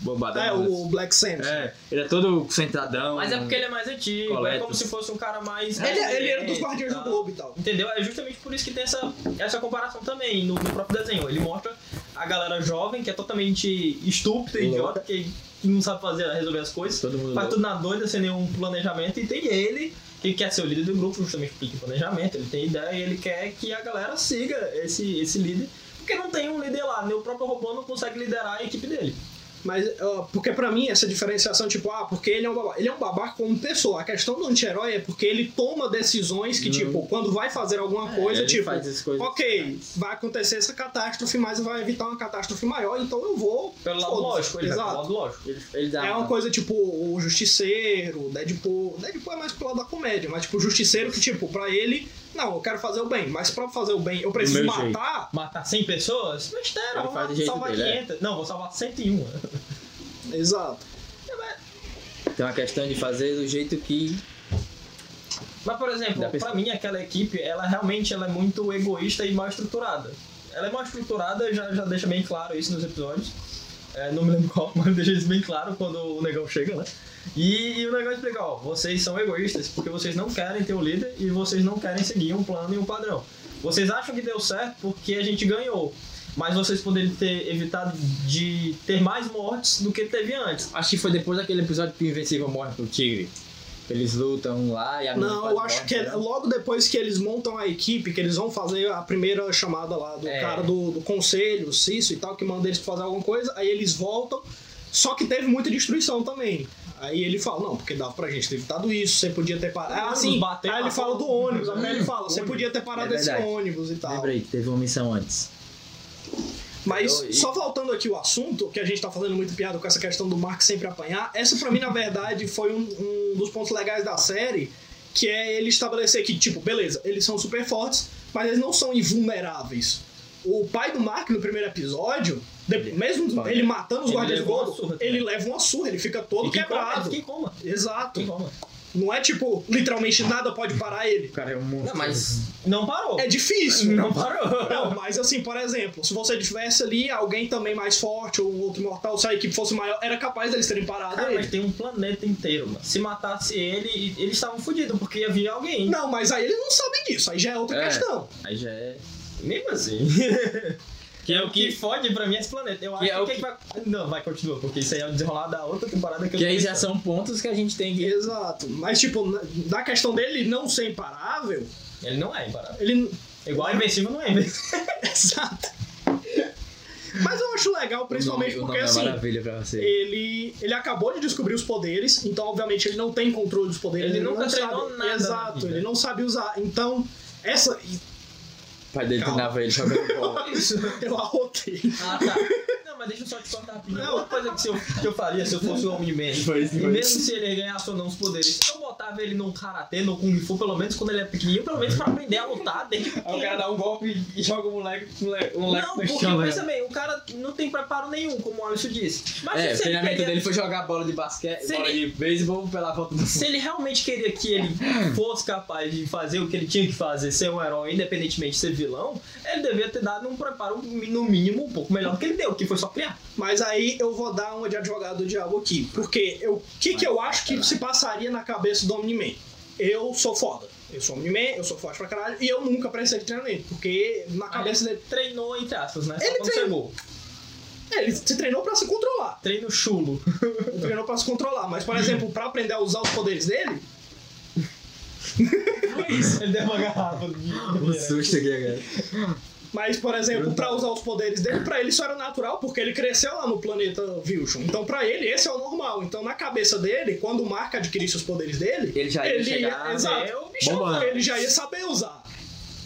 Speaker 6: bombadão.
Speaker 3: É, o Black Sam.
Speaker 6: É, ele é todo centradão.
Speaker 8: Mas é porque ele é mais antigo, é
Speaker 6: Coletos.
Speaker 8: como se fosse um cara mais.
Speaker 3: Ele, ele era dos
Speaker 8: É,
Speaker 3: Guardiões do
Speaker 6: então.
Speaker 8: tá.
Speaker 3: Globo e tal.
Speaker 8: Entendeu? É justamente por isso que tem essa, essa comparação também no, no próprio desenho. Ele mostra a galera jovem, que é totalmente estúpida, idiota, que que não sabe fazer, resolver as coisas,
Speaker 6: Todo mundo
Speaker 8: faz
Speaker 6: louco.
Speaker 8: tudo na doida, sem nenhum planejamento, e tem ele, que quer ser o líder do grupo, justamente porque tem planejamento, ele tem ideia, e ele quer que a galera siga esse, esse líder, porque não tem um líder lá, nem o próprio robô não consegue liderar a equipe dele.
Speaker 3: Mas, ó, porque pra mim, essa diferenciação, tipo, ah, porque ele é um babaca. Ele é um babaca como pessoa. A questão do anti-herói é porque ele toma decisões
Speaker 8: Uhum.
Speaker 3: que, tipo, quando vai fazer alguma coisa,
Speaker 6: É, ele
Speaker 3: tipo,
Speaker 6: faz as coisas assim, né?
Speaker 3: ok, vai acontecer essa catástrofe, mas vai evitar uma catástrofe maior, então eu vou.
Speaker 8: Pelo lado
Speaker 3: Foda-se.
Speaker 8: lógico, ele vai pelo
Speaker 3: Exato.
Speaker 8: lado lógico.
Speaker 6: Ele, ele dá
Speaker 3: É uma coisa tipo o Justiceiro, o Deadpool. Deadpool é mais pro lado da comédia, mas tipo o Justiceiro que, tipo, pra ele, não, eu quero fazer o bem, mas pra fazer o bem eu preciso
Speaker 6: meu jeito.
Speaker 3: matar.
Speaker 8: Matar 100 pessoas? Besteira,
Speaker 6: Ele
Speaker 8: vou
Speaker 6: faz do jeito
Speaker 8: salvar
Speaker 6: dele, é.
Speaker 8: 500. Não, vou salvar 101.
Speaker 3: Exato.
Speaker 6: Tem uma questão de fazer do jeito que.
Speaker 8: Mas, por exemplo,
Speaker 6: Dá pra-
Speaker 8: pra mim, aquela equipe, ela realmente ela é muito egoísta e mal estruturada. Ela é mal estruturada, já, já deixa bem claro isso nos episódios. É, não me lembro qual, mas deixa isso bem claro quando o negão chega, né? E, e o negão explica, ó, vocês são egoístas porque vocês não querem ter o líder e vocês não querem seguir um plano e um padrão. Vocês acham que deu certo porque a gente ganhou, mas vocês poderiam ter evitado de ter mais mortes do que teve antes.
Speaker 6: Acho que foi depois daquele episódio que o Invencível morre pro Tigre. Eles lutam lá e a mina
Speaker 3: Não,
Speaker 6: quase
Speaker 3: eu acho
Speaker 6: morre,
Speaker 3: que é
Speaker 6: né?
Speaker 3: logo depois que eles montam a equipe, que eles vão fazer a primeira chamada lá do
Speaker 6: É.
Speaker 3: cara do, do conselho, Cício e tal, que manda eles fazer alguma coisa, aí eles voltam. Só que teve muita destruição também. Aí ele fala, não, porque dava pra gente ter evitado isso, você podia ter parado. Ah,
Speaker 8: ônibus
Speaker 3: sim.
Speaker 8: bateu,
Speaker 3: aí ele
Speaker 8: matou
Speaker 3: fala do ônibus, até ele fala, você
Speaker 6: ônibus.
Speaker 3: podia ter parado
Speaker 6: É
Speaker 3: esse
Speaker 6: verdade.
Speaker 3: ônibus e tal.
Speaker 6: Lembra aí, teve uma missão antes.
Speaker 3: Mas
Speaker 6: Entendeu? E-
Speaker 3: só voltando aqui o assunto, que a gente tá fazendo muito piada com essa questão do Mark sempre apanhar, essa pra mim, na verdade, foi um, um dos pontos legais da série, que é ele estabelecer que, tipo, beleza, eles são super fortes, mas eles não são invulneráveis. O pai do Mark, no primeiro episódio, de- mesmo
Speaker 6: olha,
Speaker 3: ele matando os
Speaker 8: né? ele
Speaker 3: guardiões do
Speaker 8: leva uma
Speaker 3: Gordo,
Speaker 8: surra
Speaker 3: ele
Speaker 8: também.
Speaker 3: leva uma surra, ele fica todo
Speaker 8: Fica em coma,
Speaker 3: quebrado.
Speaker 8: Fica em coma. Fica em
Speaker 3: Exato.
Speaker 8: coma.
Speaker 3: Não é tipo, literalmente nada pode parar ele.
Speaker 6: O cara é um monstro.
Speaker 8: Não, mas não parou.
Speaker 3: É difícil.
Speaker 8: Não parou.
Speaker 3: Não, mas assim, por exemplo, se você tivesse ali alguém também mais forte ou um outro mortal, se a equipe fosse maior, era capaz deles terem parado
Speaker 8: Cara, mas
Speaker 3: ele.
Speaker 8: tem um planeta inteiro, mano. Se matasse ele, e- eles estavam fodidos, porque ia vir alguém.
Speaker 3: Não, mas aí eles não sabem disso, aí já é outra
Speaker 6: É.
Speaker 3: questão.
Speaker 6: Aí já é.
Speaker 8: Mesmo assim. que é o que fode pra mim é esse planeta. Eu acho que,
Speaker 6: é o
Speaker 8: quem vai. Não, vai, continua, porque isso aí é o desenrolar da outra temporada que, eu tô
Speaker 6: Que aí já
Speaker 8: pensando.
Speaker 6: são pontos que a gente tem que.
Speaker 3: Exato. Mas, tipo, na- na questão dele não ser imparável,
Speaker 8: Ele não é imparável.
Speaker 3: ele.
Speaker 8: Igual a Invencível não é invencível.
Speaker 3: Exato. Mas eu acho legal, principalmente
Speaker 6: o nome,
Speaker 3: porque
Speaker 6: o nome
Speaker 3: assim.
Speaker 6: é maravilha pra você.
Speaker 3: Ele, ele acabou de descobrir os poderes, então obviamente ele não tem controle dos poderes.
Speaker 8: Ele nunca
Speaker 3: não
Speaker 8: treinou
Speaker 3: sabe,
Speaker 8: nada na
Speaker 3: Exato,
Speaker 8: vida.
Speaker 3: ele não sabe usar. Então, Essa. e
Speaker 6: O pai dele treinava ele jogando bola.
Speaker 3: Eu arrotei.
Speaker 8: Ah, tá. Não, mas deixa eu só te cortar rapidinho.
Speaker 3: Não.
Speaker 8: Uma coisa que, se eu, que eu faria se eu fosse o Omni-Man,
Speaker 6: Foi isso,
Speaker 8: e
Speaker 6: foi
Speaker 8: mesmo se ele ganhasse ou não os poderes, eu botava ele num karatê, no kung fu, pelo menos quando ele é pequenininho, pelo menos pra aprender a lutar desde
Speaker 6: Aí o
Speaker 8: pequeno.
Speaker 6: cara dá um golpe e joga o moleque, o moleque o moleque
Speaker 8: Não,
Speaker 6: no
Speaker 8: porque
Speaker 6: chão. né?
Speaker 8: pensa bem, o cara não tem preparo nenhum, como o Alisson disse. Mas
Speaker 6: É, o
Speaker 8: se, ele
Speaker 6: treinamento
Speaker 8: queria-
Speaker 6: dele foi jogar bola de basquete,
Speaker 8: Se
Speaker 6: bola
Speaker 8: ele-
Speaker 6: de beisebol pela volta
Speaker 3: Um
Speaker 6: do
Speaker 8: se ele realmente queria que ele fosse capaz de fazer o que ele tinha que fazer, ser um herói, independentemente de ser vilão, ele devia ter dado um preparo, no mínimo, um pouco melhor do que ele deu, que foi só criar.
Speaker 3: Mas aí eu vou dar uma de advogado do diabo aqui. Porque eu- o que, que eu acho que se passaria na cabeça do Omni-Man? Eu sou foda. Eu sou Omni-Man, eu sou forte pra caralho. E eu nunca precisei de treinamento. Porque na cabeça dele.
Speaker 8: Treinou, entre aspas, né? Só
Speaker 3: Ele
Speaker 8: quando
Speaker 3: treinou.
Speaker 8: chegou.
Speaker 3: É, ele se treinou pra se controlar.
Speaker 8: Treino chulo.
Speaker 3: Ele treinou pra se controlar. Mas, por exemplo, pra aprender a usar os poderes dele,
Speaker 8: Ele deu uma garrafa de
Speaker 6: susto aqui agora.
Speaker 3: Mas, por exemplo, pra usar os poderes dele, pra ele isso era natural, porque ele cresceu lá no planeta Vilchon. Então, pra ele, esse é o normal. Então, na cabeça dele, quando o Mark adquirisse os poderes dele,
Speaker 6: Ele já ia chegar, né? É
Speaker 3: exato,
Speaker 8: eu me
Speaker 6: Bombando.
Speaker 3: ele já ia saber usar.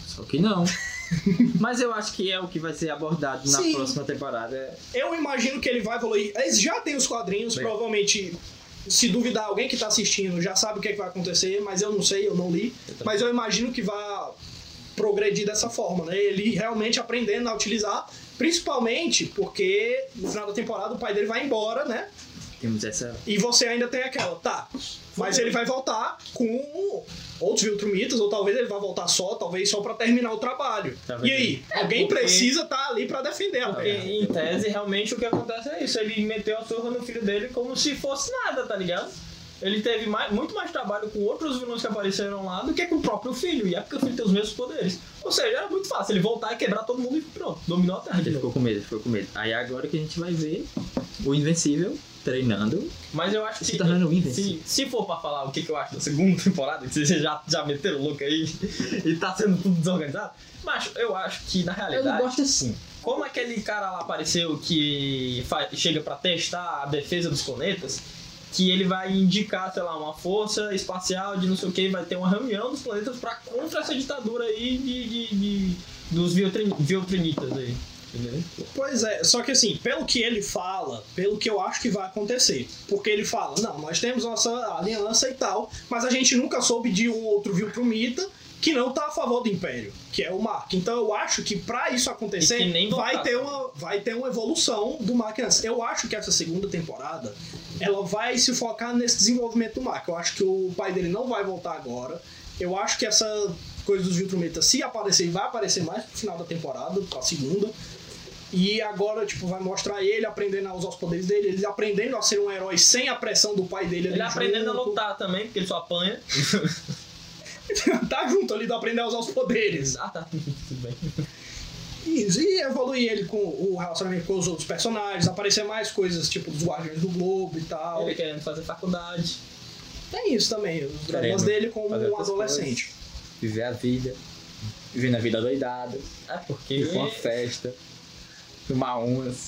Speaker 6: Só que não. Mas eu acho que é o que vai ser abordado na
Speaker 3: Sim.
Speaker 6: próxima temporada.
Speaker 3: Eu imagino que ele vai evoluir. Eles já têm os quadrinhos, provavelmente. Se duvidar, alguém que tá assistindo já sabe o que, é que vai acontecer, mas eu não sei, eu não li. Mas eu imagino que vá progredir dessa forma, né? Ele realmente aprendendo a utilizar, principalmente porque no final da temporada o pai dele vai embora, né?
Speaker 6: Temos essa.
Speaker 3: E você ainda tem aquela, tá. Mas ele vai voltar com outros Viltrumitas, ou talvez ele vá voltar só, talvez só pra terminar o trabalho.
Speaker 6: Talvez
Speaker 3: E aí, alguém
Speaker 8: É, porque-
Speaker 3: precisa estar ali pra defender a
Speaker 8: Porque, em tese, realmente o que acontece é isso. Ele meteu a surra no filho dele como se fosse nada, tá ligado? Ele teve mais- muito mais trabalho com outros vilões que apareceram lá do que com o próprio filho. E é porque o filho tem os mesmos poderes. Ou seja, era muito fácil ele voltar e quebrar todo mundo e pronto, dominou a terra de
Speaker 6: Ele
Speaker 8: novo.
Speaker 6: ficou com medo, ele ficou com medo. Aí agora que a gente vai ver o Invencível treinando.
Speaker 8: Mas eu acho que.
Speaker 6: Se tornando invencível.
Speaker 8: Se, se for pra falar o que, que eu acho da segunda temporada, que vocês já, já meteram o louco aí e tá sendo tudo desorganizado, mas eu acho que na realidade.
Speaker 6: assim.
Speaker 8: Como aquele cara lá apareceu que fa- chega pra testar a defesa dos planetas, que ele vai indicar, sei lá, uma força espacial de não sei o que, vai ter uma reunião dos planetas pra contra essa ditadura aí de, de- de- dos Viltrin- Viltrinitas aí. Entendeu?
Speaker 3: Pois é, só que assim, pelo que ele fala, pelo que eu acho que vai acontecer, porque ele fala, não, nós temos nossa aliança e tal, mas a gente nunca soube de um outro Viltrumita que não tá a favor do Império, que é o Mark. Então eu acho que pra isso
Speaker 8: E que
Speaker 3: acontecer,
Speaker 8: nem voltar,
Speaker 3: vai, ter
Speaker 8: sabe?
Speaker 3: uma, vai ter uma evolução do Mark antes. Eu acho que essa segunda temporada, ela vai se focar nesse desenvolvimento do Mark. Eu acho que o pai dele não vai voltar agora. Eu acho que essa coisa dos Viltrumitas, se aparecer, vai aparecer mais pro final da temporada, pra segunda. E agora, tipo, vai mostrar ele aprendendo a usar os poderes dele, ele aprendendo a ser um herói sem a pressão do pai dele. ali
Speaker 8: Ele aprendendo a
Speaker 3: junto.
Speaker 8: lutar também, porque ele só apanha.
Speaker 3: tá junto ali do aprender a usar os poderes.
Speaker 8: Ah, tá. Tudo bem.
Speaker 3: Isso, e evoluir ele com o relacionamento com os outros personagens, aparecer mais coisas, tipo, dos Guardiões do Globo e tal.
Speaker 8: Ele querendo fazer faculdade.
Speaker 3: Tem isso também, os
Speaker 6: Querendo
Speaker 3: dramas dele como
Speaker 6: fazer
Speaker 3: um
Speaker 6: outras
Speaker 3: adolescente.
Speaker 6: Viver a vida. Vivendo a vida doidada.
Speaker 8: É porque.
Speaker 6: Ir pra uma festa. Tomar umas.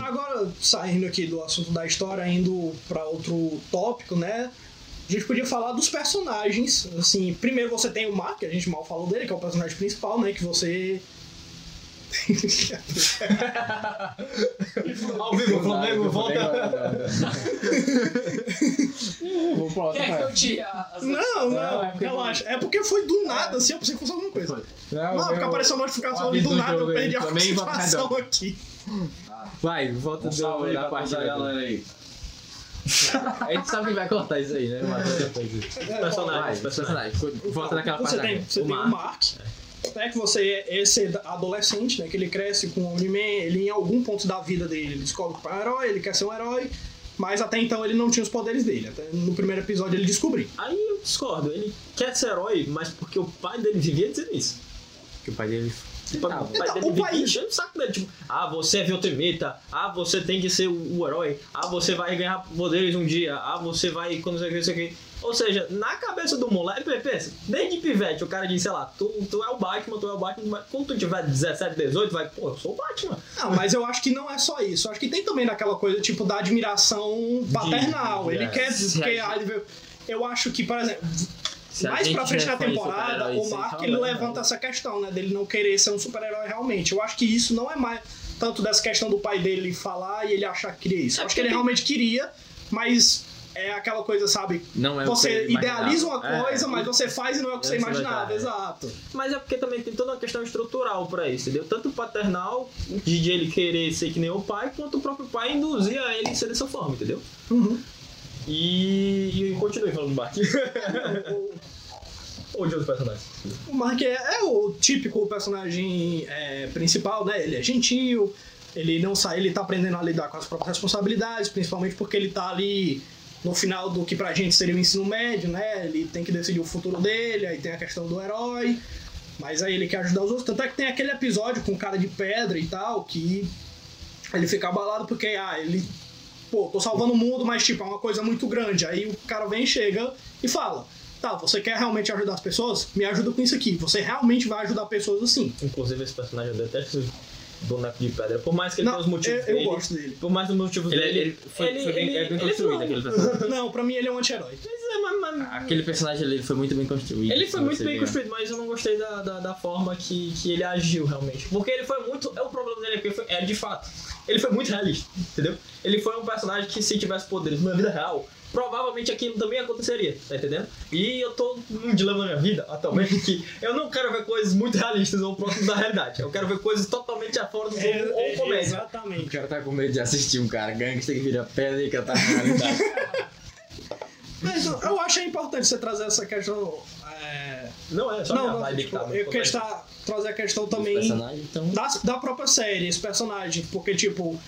Speaker 3: Agora, saindo aqui do assunto da história, indo pra outro tópico, né? A gente podia falar dos personagens. Assim, primeiro você tem o Mark, que a gente mal falou dele, que é o personagem principal, né? Que você.
Speaker 8: Ao vivo, Flamengo, volta.
Speaker 6: Vou pro outro
Speaker 7: Quer que
Speaker 6: cara.
Speaker 7: eu tire a- as
Speaker 3: Não, não,
Speaker 6: Não, é porque-
Speaker 3: relaxa. É porque foi do nada, assim, eu pensei que fosse alguma coisa.
Speaker 6: Não,
Speaker 3: Não, porque
Speaker 6: meu-
Speaker 3: apareceu uma notificação
Speaker 6: o
Speaker 3: ali do
Speaker 6: um aviso do
Speaker 3: nada, eu
Speaker 6: jogo
Speaker 3: perdi
Speaker 6: aí
Speaker 3: a
Speaker 6: também,
Speaker 3: concentração
Speaker 6: Vacadão.
Speaker 3: aqui.
Speaker 6: Vai, volta
Speaker 5: Um
Speaker 6: do-
Speaker 5: salve aí
Speaker 6: da
Speaker 5: pra
Speaker 6: parte
Speaker 5: toda a
Speaker 6: da
Speaker 5: galera aí.
Speaker 6: A gente sabe que vai cortar isso aí, né? Mas depois. Vai,
Speaker 8: Personagens, personagens.
Speaker 6: personagem. Volta naquela
Speaker 3: você
Speaker 6: parte.
Speaker 3: tem, você tem o Mark, né, que você é esse adolescente, né, que ele cresce com o Omni-Man, ele em algum ponto da vida dele ele descobre que é um herói, ele quer ser um herói, mas até então ele não tinha os poderes dele, até no primeiro episódio ele descobriu.
Speaker 8: Aí eu discordo. Ele quer ser herói, mas porque o pai dele vivia dizendo isso.
Speaker 6: Que o pai dele.
Speaker 8: O pai
Speaker 3: Então,
Speaker 8: dele
Speaker 3: o
Speaker 8: vive
Speaker 3: pai-
Speaker 8: enchendo Tá, o saco dele, tipo, ah, você é Viltrumita, ah, você tem que ser o, o herói, ah, você vai ganhar poderes um dia, ah, você vai quando você isso aqui. Ou seja, na cabeça do moleque, pensa, desde pivete, o cara diz, sei lá, tu, tu é o Batman, tu é o Batman, mas quando tu tiver 17, 18, vai, pô, eu sou o Batman.
Speaker 3: Não, mas eu acho que não é só isso, eu acho que tem também daquela coisa tipo da admiração paternal, ele
Speaker 6: é.
Speaker 3: quer
Speaker 6: Se
Speaker 3: porque
Speaker 6: a
Speaker 3: ah, ele vê- eu acho que, por exemplo,
Speaker 6: Se a
Speaker 3: mais
Speaker 6: gente
Speaker 3: pra frente na
Speaker 6: define
Speaker 3: temporada,
Speaker 6: super-heróis
Speaker 3: o
Speaker 6: sem
Speaker 3: Mark
Speaker 6: falar,
Speaker 3: ele
Speaker 6: né?
Speaker 3: levanta essa questão, né? Dele não querer ser um super-herói realmente. Eu acho que isso não é mais tanto dessa questão do pai dele falar e ele achar que queria isso. Eu acho que ele realmente queria, mas é aquela coisa, sabe?
Speaker 6: Não é o que
Speaker 3: Você
Speaker 6: ele
Speaker 3: idealiza uma
Speaker 6: imaginava.
Speaker 3: coisa,
Speaker 6: É.
Speaker 3: mas você faz e não é o que
Speaker 6: É
Speaker 3: você
Speaker 6: o que você
Speaker 3: imaginava,
Speaker 6: imaginava, é.
Speaker 3: exato.
Speaker 8: Mas é porque também tem toda uma questão estrutural pra isso, entendeu? Tanto paternal, de de ele querer ser que nem o pai, quanto o próprio pai induzia ele a ser dessa forma, entendeu?
Speaker 3: Uhum.
Speaker 8: E, e continue falando do Mark. Ou de outro personagem.
Speaker 3: O Mark é, é o típico personagem é, principal, né? Ele é gentil, ele não sai, ele tá aprendendo a lidar com as próprias responsabilidades, principalmente porque ele tá ali no final do que pra gente seria o ensino médio, né? Ele tem que decidir o futuro dele, aí tem a questão do herói, mas aí ele quer ajudar os outros. Tanto é que tem aquele episódio com cara de pedra e tal, que ele fica abalado porque, ah, ele. Pô, tô salvando o mundo, mas tipo, é uma coisa muito grande. Aí o cara vem, chega e fala: Tá, você quer realmente ajudar as pessoas? Me ajuda com isso aqui. Você realmente vai ajudar pessoas assim.
Speaker 8: Inclusive, esse personagem eu detesto o boneco de pedra. Por mais que ele
Speaker 3: Não,
Speaker 8: tenha os motivos
Speaker 3: eu, eu
Speaker 8: dele.
Speaker 3: gosto dele.
Speaker 8: Por mais dos motivos
Speaker 6: Ele, é-
Speaker 8: dele.
Speaker 6: ele foi,
Speaker 8: ele-
Speaker 6: foi bem,
Speaker 8: ele-
Speaker 6: é bem
Speaker 8: ele
Speaker 6: construído
Speaker 8: foi-
Speaker 6: aquele personagem.
Speaker 3: Não, pra mim ele é um anti-herói.
Speaker 8: Mas é, mas- mas-
Speaker 6: Aquele personagem ali foi muito bem construído.
Speaker 8: Ele foi
Speaker 6: se
Speaker 8: muito
Speaker 6: você
Speaker 8: bem
Speaker 6: ver.
Speaker 8: construído, mas eu não gostei da, da, da forma que, que ele agiu realmente. Porque ele foi muito. É o problema dele, é que ele foi, é de fato. Ele foi muito realista, entendeu? Ele foi um personagem que se tivesse poderes na vida real, provavelmente aquilo também aconteceria, tá entendendo? E eu tô num dilema na minha vida atualmente que eu não quero ver coisas muito realistas ou próximas da realidade. Eu quero ver coisas totalmente afora do comum
Speaker 3: É,
Speaker 8: ou é um comédia.
Speaker 6: O
Speaker 3: exatamente.
Speaker 6: cara tá com medo de assistir um cara gangster que vira pedra e cantar com realidade.
Speaker 3: Mas eu, eu acho importante você trazer essa questão. É...
Speaker 8: Não é, só
Speaker 3: Não,
Speaker 8: minha
Speaker 3: não,
Speaker 8: vibe que
Speaker 3: tipo,
Speaker 8: tá muito
Speaker 3: eu quero
Speaker 8: comédia.
Speaker 3: estar- trazer a questão também
Speaker 6: personagem, então.
Speaker 3: da, da própria série, esse personagem. Porque, tipo,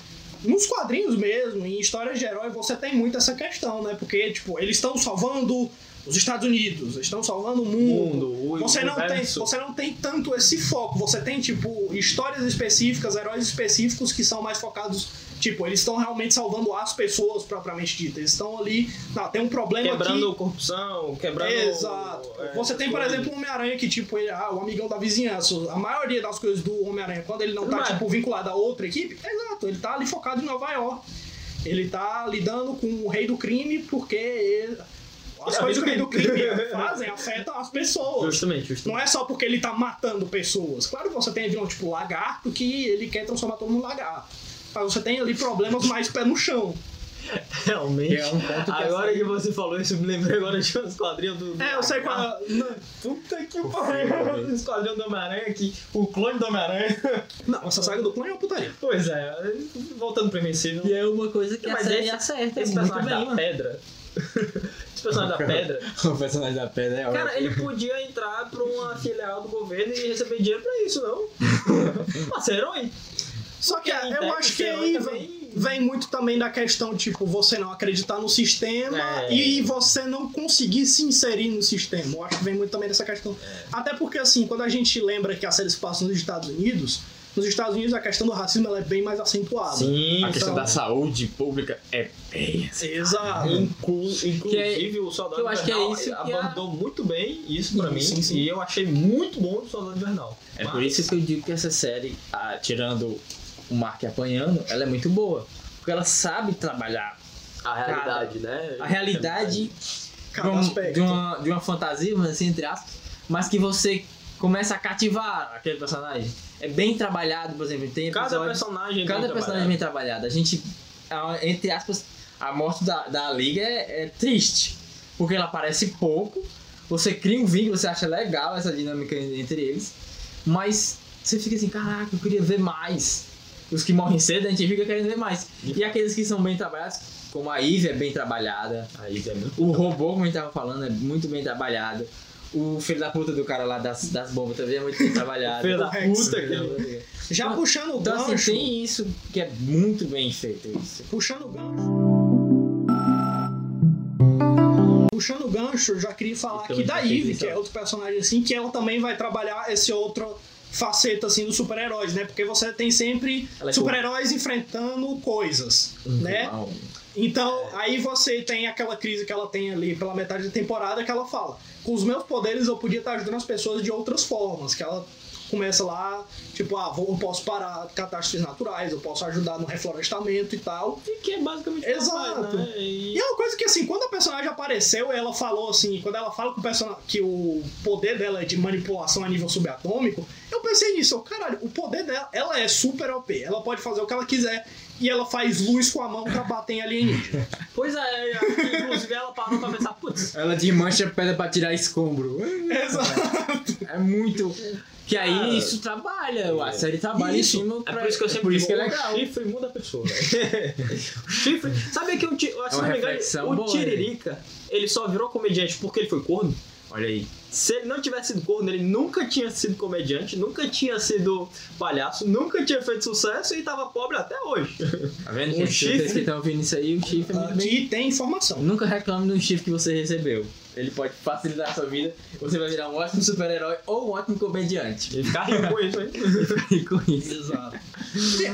Speaker 3: nos quadrinhos mesmo, em histórias de herói, você tem muito essa questão, né? Porque, tipo, eles estão salvando os Estados Unidos, eles estão salvando o mundo.
Speaker 8: Mundo, o
Speaker 3: você, não tem,
Speaker 8: universo.
Speaker 3: você não tem tanto esse foco. Você tem, tipo, histórias específicas, heróis específicos que são mais focados. Tipo, eles estão realmente salvando as pessoas propriamente ditas. Eles estão ali. Não, tem um problema aqui.
Speaker 8: Quebrando corrupção, quebrando.
Speaker 3: Exato.
Speaker 8: é,
Speaker 3: Você tem, por
Speaker 8: coisas.
Speaker 3: exemplo, o Homem-Aranha que, tipo, ele, ah, o amigão da vizinhança. A maioria das coisas do Homem-Aranha, quando ele não tá,
Speaker 8: Mas-
Speaker 3: tipo, vinculado a outra equipe, exato, ele tá ali focado em Nova York. Ele tá lidando com o rei do crime porque ele- as
Speaker 8: É, o rei
Speaker 3: coisas
Speaker 8: do
Speaker 3: que o rei do
Speaker 8: crime.
Speaker 3: crime fazem afetam as pessoas.
Speaker 8: Justamente, justamente.
Speaker 3: Não é só porque ele tá matando pessoas. Claro que você tem vilão tipo lagarto que ele quer transformar todo mundo em lagarto. Mas você tem ali problemas mais pé no chão.
Speaker 8: Realmente.
Speaker 6: Que é um ponto que
Speaker 8: agora
Speaker 6: essa-
Speaker 8: que você falou isso, eu me lembrei agora de um esquadrinho do. do-
Speaker 3: É, eu sei qual.
Speaker 8: Puta que pariu! Um esquadrinho do Homem-Aranha aqui, o clone do Homem-Aranha.
Speaker 3: Não, essa saga do clã é uma putaria.
Speaker 8: Pois é, voltando pro Invencível.
Speaker 6: é uma coisa que
Speaker 8: Mas esse, esse personagem da pedra. esse personagem da pedra.
Speaker 6: O personagem da pedra é ótimo.
Speaker 8: Cara, ele podia entrar pra uma filial do governo e receber dinheiro pra isso, não? Mas é herói.
Speaker 3: Só que é,
Speaker 8: Porque
Speaker 3: eu
Speaker 8: deve
Speaker 3: acho que
Speaker 8: ser
Speaker 3: aí
Speaker 8: também-
Speaker 3: vem, vem muito também da questão, tipo, você não acreditar no sistema
Speaker 8: É.
Speaker 3: e você não conseguir se inserir no sistema. Eu acho que vem muito também dessa questão.
Speaker 8: É.
Speaker 3: Até porque, assim, quando a gente lembra que a série se passa nos Estados Unidos, nos Estados Unidos a questão do racismo ela é bem mais acentuada.
Speaker 8: Sim,
Speaker 6: A questão
Speaker 3: então-
Speaker 6: da saúde pública é feia.
Speaker 3: Exato.
Speaker 8: um Inclusive, o Soldado
Speaker 6: que eu acho que é
Speaker 8: Invernal
Speaker 6: isso que
Speaker 8: abordou muito bem isso pra
Speaker 3: Sim,
Speaker 8: mim.
Speaker 3: sim, sim.
Speaker 8: E eu achei muito bom o Soldado Invernal.
Speaker 6: É
Speaker 8: Mas-
Speaker 6: por isso que eu digo que essa série, ah, tirando o Mark apanhando, ela é muito boa. Porque ela sabe trabalhar
Speaker 8: A realidade, né?
Speaker 6: a realidade de,
Speaker 3: Cada
Speaker 6: um-
Speaker 3: aspecto.
Speaker 6: de uma, de uma fantasia, mas assim, entre aspas, mas que você começa a cativar aquele personagem. É bem trabalhado, por exemplo, tem
Speaker 8: Cada
Speaker 6: episódio-
Speaker 8: personagem. é
Speaker 6: Cada
Speaker 8: bem
Speaker 6: personagem bem trabalhado. A gente, a- entre aspas, a morte da, da Liga é, é triste. Porque ela aparece pouco. Você cria um vínculo, você acha legal essa dinâmica en- entre eles. Mas você fica assim, caraca, eu queria ver mais. Os que morrem cedo, a gente fica querendo ver mais.
Speaker 8: Uhum.
Speaker 6: E aqueles que são bem trabalhados, como a Ivy é bem trabalhada.
Speaker 8: trabalhado. Aí, Zé,
Speaker 6: O robô, como a gente tava falando, é muito bem trabalhado. O filho da puta do cara lá das, das bombas também é muito bem trabalhado.
Speaker 8: Filho da
Speaker 6: O Rex,
Speaker 8: puta,
Speaker 6: né?
Speaker 3: Já puxando o
Speaker 6: Então, assim,
Speaker 3: gancho.
Speaker 6: tem isso que é muito bem feito. Isso.
Speaker 3: Puxando o gancho. Puxando o gancho, eu já queria falar
Speaker 6: Então,
Speaker 3: aqui da
Speaker 6: já fez
Speaker 3: Ivy,
Speaker 6: isso,
Speaker 3: que é
Speaker 6: ó.
Speaker 3: outro personagem assim, que ela também vai trabalhar esse outro faceta assim dos super-heróis, né? Porque você tem sempre
Speaker 6: Ela é Uhum.
Speaker 3: super-heróis enfrentando coisas, né?
Speaker 6: Uau.
Speaker 3: Então, aí você tem aquela crise que ela tem ali pela metade da temporada que ela fala: com os meus poderes eu podia estar ajudando as pessoas de outras formas. Que ela começa lá, tipo, ah, vou, eu posso parar catástrofes naturais, eu posso ajudar no reflorestamento e tal.
Speaker 8: Que é basicamente o
Speaker 3: Exato.
Speaker 8: papai, né? E-
Speaker 3: E é uma coisa que, assim, quando a personagem apareceu, ela falou assim, quando ela fala que o, person- que o poder dela é de manipulação a nível subatômico, eu pensei nisso, eu, caralho, o poder dela, ela é super OP, ela pode fazer o que ela quiser e ela faz luz com a mão pra bater em alienígena.
Speaker 8: Pois é, é, inclusive ela parou pra pensar, putz,
Speaker 6: Ela desmancha a pedra pra tirar escombro.
Speaker 3: Exato.
Speaker 6: É muito. Que aí
Speaker 8: Cara,
Speaker 6: isso trabalha, a série trabalha
Speaker 8: Isso,
Speaker 6: em cima.
Speaker 8: é
Speaker 6: pra-
Speaker 8: por isso que eu sempre
Speaker 6: por isso que é
Speaker 8: digo,
Speaker 6: legal.
Speaker 8: o chifre muda a pessoa, velho. O chifre... Sabe que, o ti- se não
Speaker 6: É uma
Speaker 8: me engano,
Speaker 6: reflexão
Speaker 8: o
Speaker 6: boa, né?
Speaker 8: Tiririca, ele só virou comediante porque ele foi corno? Olha aí. Se ele não tivesse sido corno, ele nunca tinha sido comediante, nunca tinha sido palhaço, nunca tinha feito sucesso e tava pobre até hoje.
Speaker 6: Tá vendo,
Speaker 8: Um
Speaker 6: gente?
Speaker 8: chifre.
Speaker 6: Vocês que estão ouvindo isso aí, o chifre é muito bem.
Speaker 3: E tem informação.
Speaker 6: Nunca reclame do chifre que você recebeu. Ele pode facilitar a sua vida, você vai virar um ótimo super-herói ou um ótimo comediante.
Speaker 8: Ele ficava rico com isso, hein?
Speaker 6: E com isso.
Speaker 3: Exato.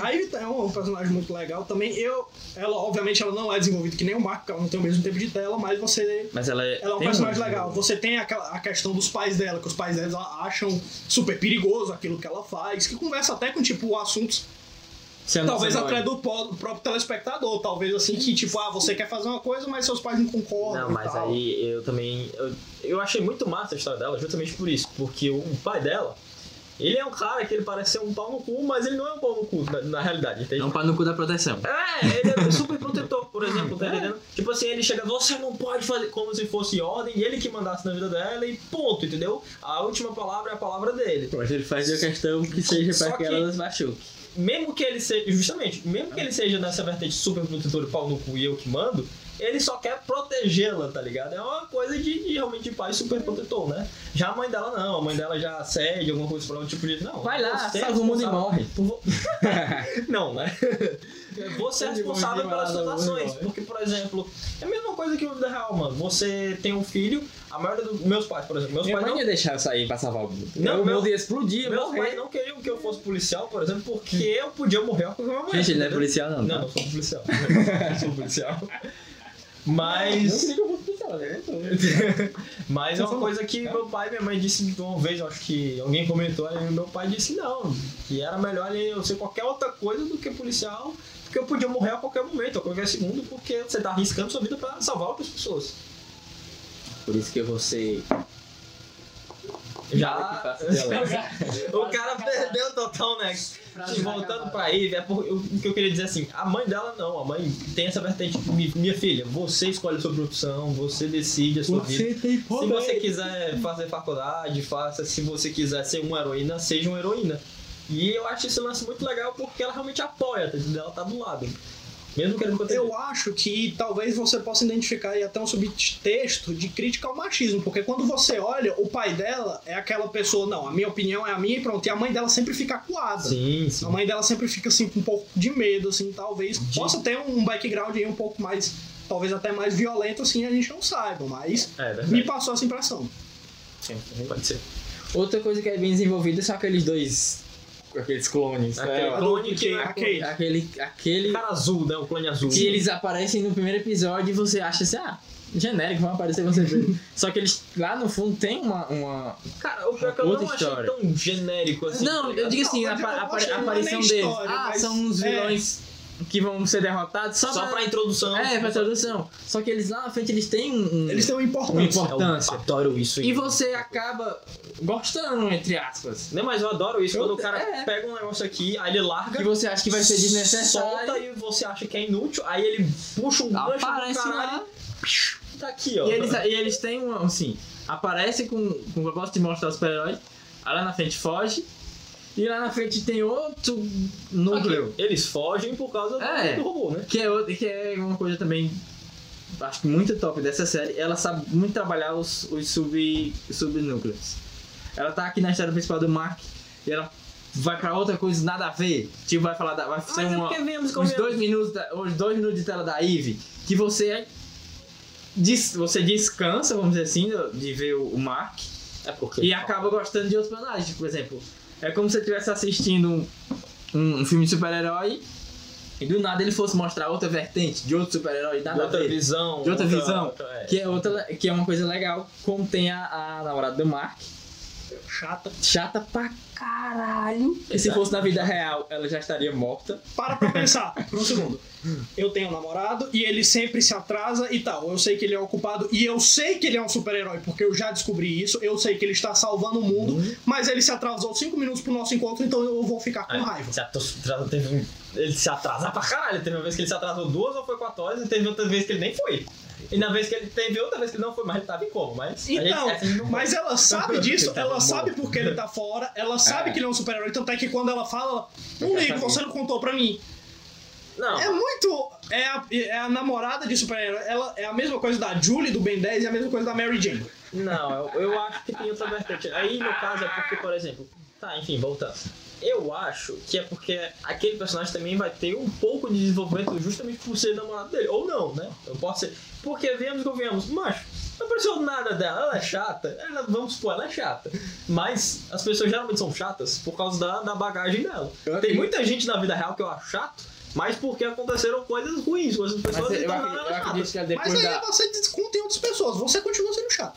Speaker 3: Aí é um personagem muito legal também. Eu, ela, obviamente, ela não é desenvolvida que nem o Marco, porque ela não tem o mesmo tempo de tela, mas você
Speaker 8: Mas ela é...
Speaker 3: Ela é um
Speaker 8: tem
Speaker 3: personagem
Speaker 6: né?
Speaker 8: muito.
Speaker 3: legal. Você tem aquela, a questão dos pais dela, que os pais dela acham super perigoso aquilo que ela faz, que conversa até com, tipo, assuntos,
Speaker 6: Você é um
Speaker 3: talvez
Speaker 6: super-herói.
Speaker 3: até do po- próprio telespectador, talvez assim, que, tipo, ah, você quer fazer uma coisa, mas seus pais não concordam.
Speaker 8: Não,
Speaker 3: e
Speaker 8: mas
Speaker 3: tal.
Speaker 8: aí eu também. Eu, eu achei muito massa a história dela, justamente por isso. Porque o pai dela, ele é um cara que ele parece ser um pau no cu, mas ele não é um pau no cu, na, na realidade, entende?
Speaker 6: É um pau no cu da proteção.
Speaker 8: É, ele é super protetor, por exemplo, tá entendendo? Tipo assim, ele chega, você não pode fazer como se fosse ordem, e ele que mandasse na vida dela e ponto, entendeu? A última palavra é a palavra dele.
Speaker 6: Mas ele faz a questão que seja
Speaker 8: Só
Speaker 6: pra que,
Speaker 8: que-
Speaker 6: ela machuque.
Speaker 8: Mesmo que ele seja, justamente, mesmo que ele seja nessa vertente super protetor e pau no cu e eu que mando, ele só quer protegê-la, tá ligado? É uma coisa de, de realmente de pai super protetor, né? Já a mãe dela não, a mãe dela já cede alguma coisa pra ela, tipo de, não.
Speaker 6: Vai lá,
Speaker 8: você é
Speaker 6: salva o mundo e
Speaker 8: responsável
Speaker 6: morre.
Speaker 8: por vo- não, né? Você é
Speaker 6: Ele morre
Speaker 8: responsável
Speaker 6: de
Speaker 8: pelas
Speaker 6: balada,
Speaker 8: suas
Speaker 6: morre de
Speaker 8: ações,
Speaker 6: balada.
Speaker 8: porque, por exemplo, é a mesma coisa que na vida real, mano. Você tem um filho, a maioria dos meus pais, por exemplo, meus
Speaker 6: Minha
Speaker 8: pais
Speaker 6: mãe
Speaker 8: não
Speaker 6: ia deixar eu sair pra salvar o mundo.
Speaker 8: Não,
Speaker 6: o
Speaker 8: meu-
Speaker 6: mundo ia explodir,
Speaker 8: Meus
Speaker 6: morrer.
Speaker 8: pais não queriam que eu fosse policial, por exemplo, porque eu podia morrer a qualquer momento.
Speaker 6: Gente, ele não é
Speaker 8: entendeu?
Speaker 6: policial, não.
Speaker 8: Não,
Speaker 6: tá?
Speaker 8: não sou policial. Não sou policial. Mas.
Speaker 6: liga muito policial, né?
Speaker 8: Mas é uma coisa que meu pai e minha mãe disse de uma vez, eu acho que alguém comentou, e meu pai disse não, que era melhor eu ser qualquer outra coisa do que policial, porque eu podia morrer a qualquer momento, a qualquer segundo, porque você tá arriscando sua vida pra salvar outras pessoas.
Speaker 6: Por isso que eu vou ser.
Speaker 8: Já.
Speaker 6: Já.
Speaker 8: O cara perdeu total, né? Voltando pra aí, é por- eu- o que eu queria dizer assim, a mãe dela não, a mãe tem essa vertente, mi- minha filha, você escolhe a sua profissão, você decide a sua vida.
Speaker 6: tem
Speaker 8: Se você quiser fazer faculdade, faça. Se você quiser ser uma heroína, seja uma heroína. E eu acho esse lance muito legal porque ela realmente apoia, tá entendendo? Ela tá do lado. Mesmo querendo acontecer.
Speaker 3: Eu acho que talvez você possa identificar aí até um subtexto de crítica ao machismo, porque quando você olha, o pai dela é aquela pessoa, não, a minha opinião é a minha e pronto, e a mãe dela sempre fica acuada.
Speaker 8: Sim,
Speaker 3: A
Speaker 8: sim.
Speaker 3: mãe dela sempre fica assim com um pouco de medo, assim, talvez. Possa ter um background aí um pouco mais, talvez até mais violento, assim, a gente não saiba, mas
Speaker 8: É
Speaker 3: me
Speaker 8: verdade.
Speaker 3: passou essa impressão.
Speaker 8: Pode ser.
Speaker 6: Outra coisa que é bem desenvolvida são aqueles dois. Aqueles clones.
Speaker 8: Aquele
Speaker 6: né?
Speaker 8: clone que
Speaker 3: Porque
Speaker 8: é
Speaker 3: aquele-
Speaker 6: Aquele. Aquele.
Speaker 8: cara azul, né? O clone azul.
Speaker 6: Que eles aparecem no primeiro episódio e você acha assim, ah, genérico, vão aparecer você vê. Só que eles lá no fundo tem uma. uma...
Speaker 8: Cara, o pior é que eu
Speaker 6: Outra
Speaker 8: não achei
Speaker 6: história.
Speaker 8: tão genérico assim. tá
Speaker 6: Não, eu
Speaker 8: ligado?
Speaker 6: digo assim,
Speaker 3: Não,
Speaker 6: a,
Speaker 3: mas eu
Speaker 6: apa-
Speaker 3: não
Speaker 6: apa-
Speaker 3: achei-
Speaker 6: a
Speaker 3: não é
Speaker 6: aparição
Speaker 3: nem
Speaker 6: deles.
Speaker 3: história,
Speaker 6: ah,
Speaker 3: mas-
Speaker 6: são uns
Speaker 3: é.
Speaker 6: vilões que vão ser derrotados só,
Speaker 8: Só pra introdução.
Speaker 6: É, pra tradução. Só que eles lá na frente eles têm um. um-
Speaker 3: Eles têm um uma
Speaker 6: uma
Speaker 3: importância.
Speaker 6: importância.
Speaker 8: Eu adoro isso.
Speaker 6: E você acaba gostando, entre aspas.
Speaker 8: Não, mas eu adoro isso.
Speaker 6: Eu-
Speaker 8: Quando o cara
Speaker 6: é.
Speaker 8: pega um negócio aqui, aí ele larga.
Speaker 6: Que você acha que vai ser
Speaker 8: Solta
Speaker 6: desnecessário.
Speaker 8: e você acha que é inútil, aí ele puxa um gancho do
Speaker 6: Aparece
Speaker 8: caralho
Speaker 6: lá.
Speaker 8: e tá aqui, ó.
Speaker 6: E eles, e eles têm um. Assim, aparece com, com o propósito de mostrar o super-herói. Aí lá na frente foge. E lá na frente tem outro
Speaker 8: Só que
Speaker 6: núcleo.
Speaker 8: Eles fogem por causa do-
Speaker 6: É.
Speaker 8: do robô, né?
Speaker 6: Que é, outra- que é uma coisa também. Acho que muito top dessa série. Ela sabe muito trabalhar os, os sub, subnúcleos. Ela tá aqui na história principal do Mark. E ela vai pra outra coisa nada a ver. Tipo, vai falar. Da, vai ser
Speaker 8: Mas é
Speaker 6: uma.
Speaker 8: porque vemos
Speaker 6: os
Speaker 8: convenhamos.
Speaker 6: dois minutos da- os dois minutos de tela da Eve que você é des- você descansa vamos dizer assim do- de ver o o Mark
Speaker 8: É porque.
Speaker 6: e acaba gostando de outros personagens por exemplo é como se você estivesse assistindo um, um- um filme de super-herói e do nada ele fosse mostrar outra vertente de outro super-herói nada
Speaker 8: de
Speaker 6: a
Speaker 8: outra
Speaker 6: ver
Speaker 8: visão.
Speaker 6: de outra visão,
Speaker 8: é.
Speaker 6: que é outra que é uma coisa legal como tem a, a namorada do Mark
Speaker 3: chata.
Speaker 8: Chata pra caralho. E se fosse na vida real, ela já estaria morta.
Speaker 3: Para pra pensar, por um segundo. Eu tenho um namorado e ele sempre se atrasa e tal. Eu sei que ele é ocupado e eu sei que ele é um super-herói, porque eu já descobri isso. Eu sei que ele está salvando o mundo,
Speaker 6: Uhum.
Speaker 3: mas ele se atrasou cinco minutos pro nosso encontro, então eu vou ficar
Speaker 6: É.
Speaker 3: com raiva.
Speaker 8: Se atrasou, teve um- Ele se atrasa pra caralho. Teve uma vez que ele se atrasou duas ou foi quatro horas, e teve outra vez que ele nem foi. E na vez que ele teve outra vez que ele não foi, mas ele tava em coma, mas. a gente-
Speaker 3: Então,
Speaker 8: essa a gente não-
Speaker 3: mas ela sabe disso, ela sabe porque ele tá fora, ela sabe
Speaker 8: tá É.
Speaker 3: que ele é um super-herói, tanto é que quando ela fala, ela, não ligo, você não contou pra mim.
Speaker 8: Não.
Speaker 3: É muito. É a, é a namorada de super-herói. Ela é a mesma coisa da Julie do Ben 10 e a mesma coisa da Mary Jane.
Speaker 8: Não, eu, eu acho que tem outra vertente. Aí, no caso, é porque, por exemplo. Tá, enfim, voltando. Eu acho que é porque aquele personagem também vai ter um pouco de desenvolvimento justamente por ser namorado dele. Ou não, né? Eu posso ser. Porque viemos e convenhamos, macho. Não apareceu nada dela, ela é chata. Ela, vamos supor, ela é chata. Mas as pessoas geralmente são chatas por causa da, da bagagem dela.
Speaker 6: Eu-
Speaker 8: Tem muita gente na vida real que eu acho chato, mas porque aconteceram coisas ruins. As
Speaker 6: Mas
Speaker 8: pessoas
Speaker 6: eu, eu,
Speaker 8: tornaram
Speaker 6: acredito, eu
Speaker 8: ela chata.
Speaker 6: acredito que ela
Speaker 3: Mas
Speaker 6: depois
Speaker 3: aí é
Speaker 6: da.
Speaker 3: você desconta em outras pessoas, você continua sendo chato.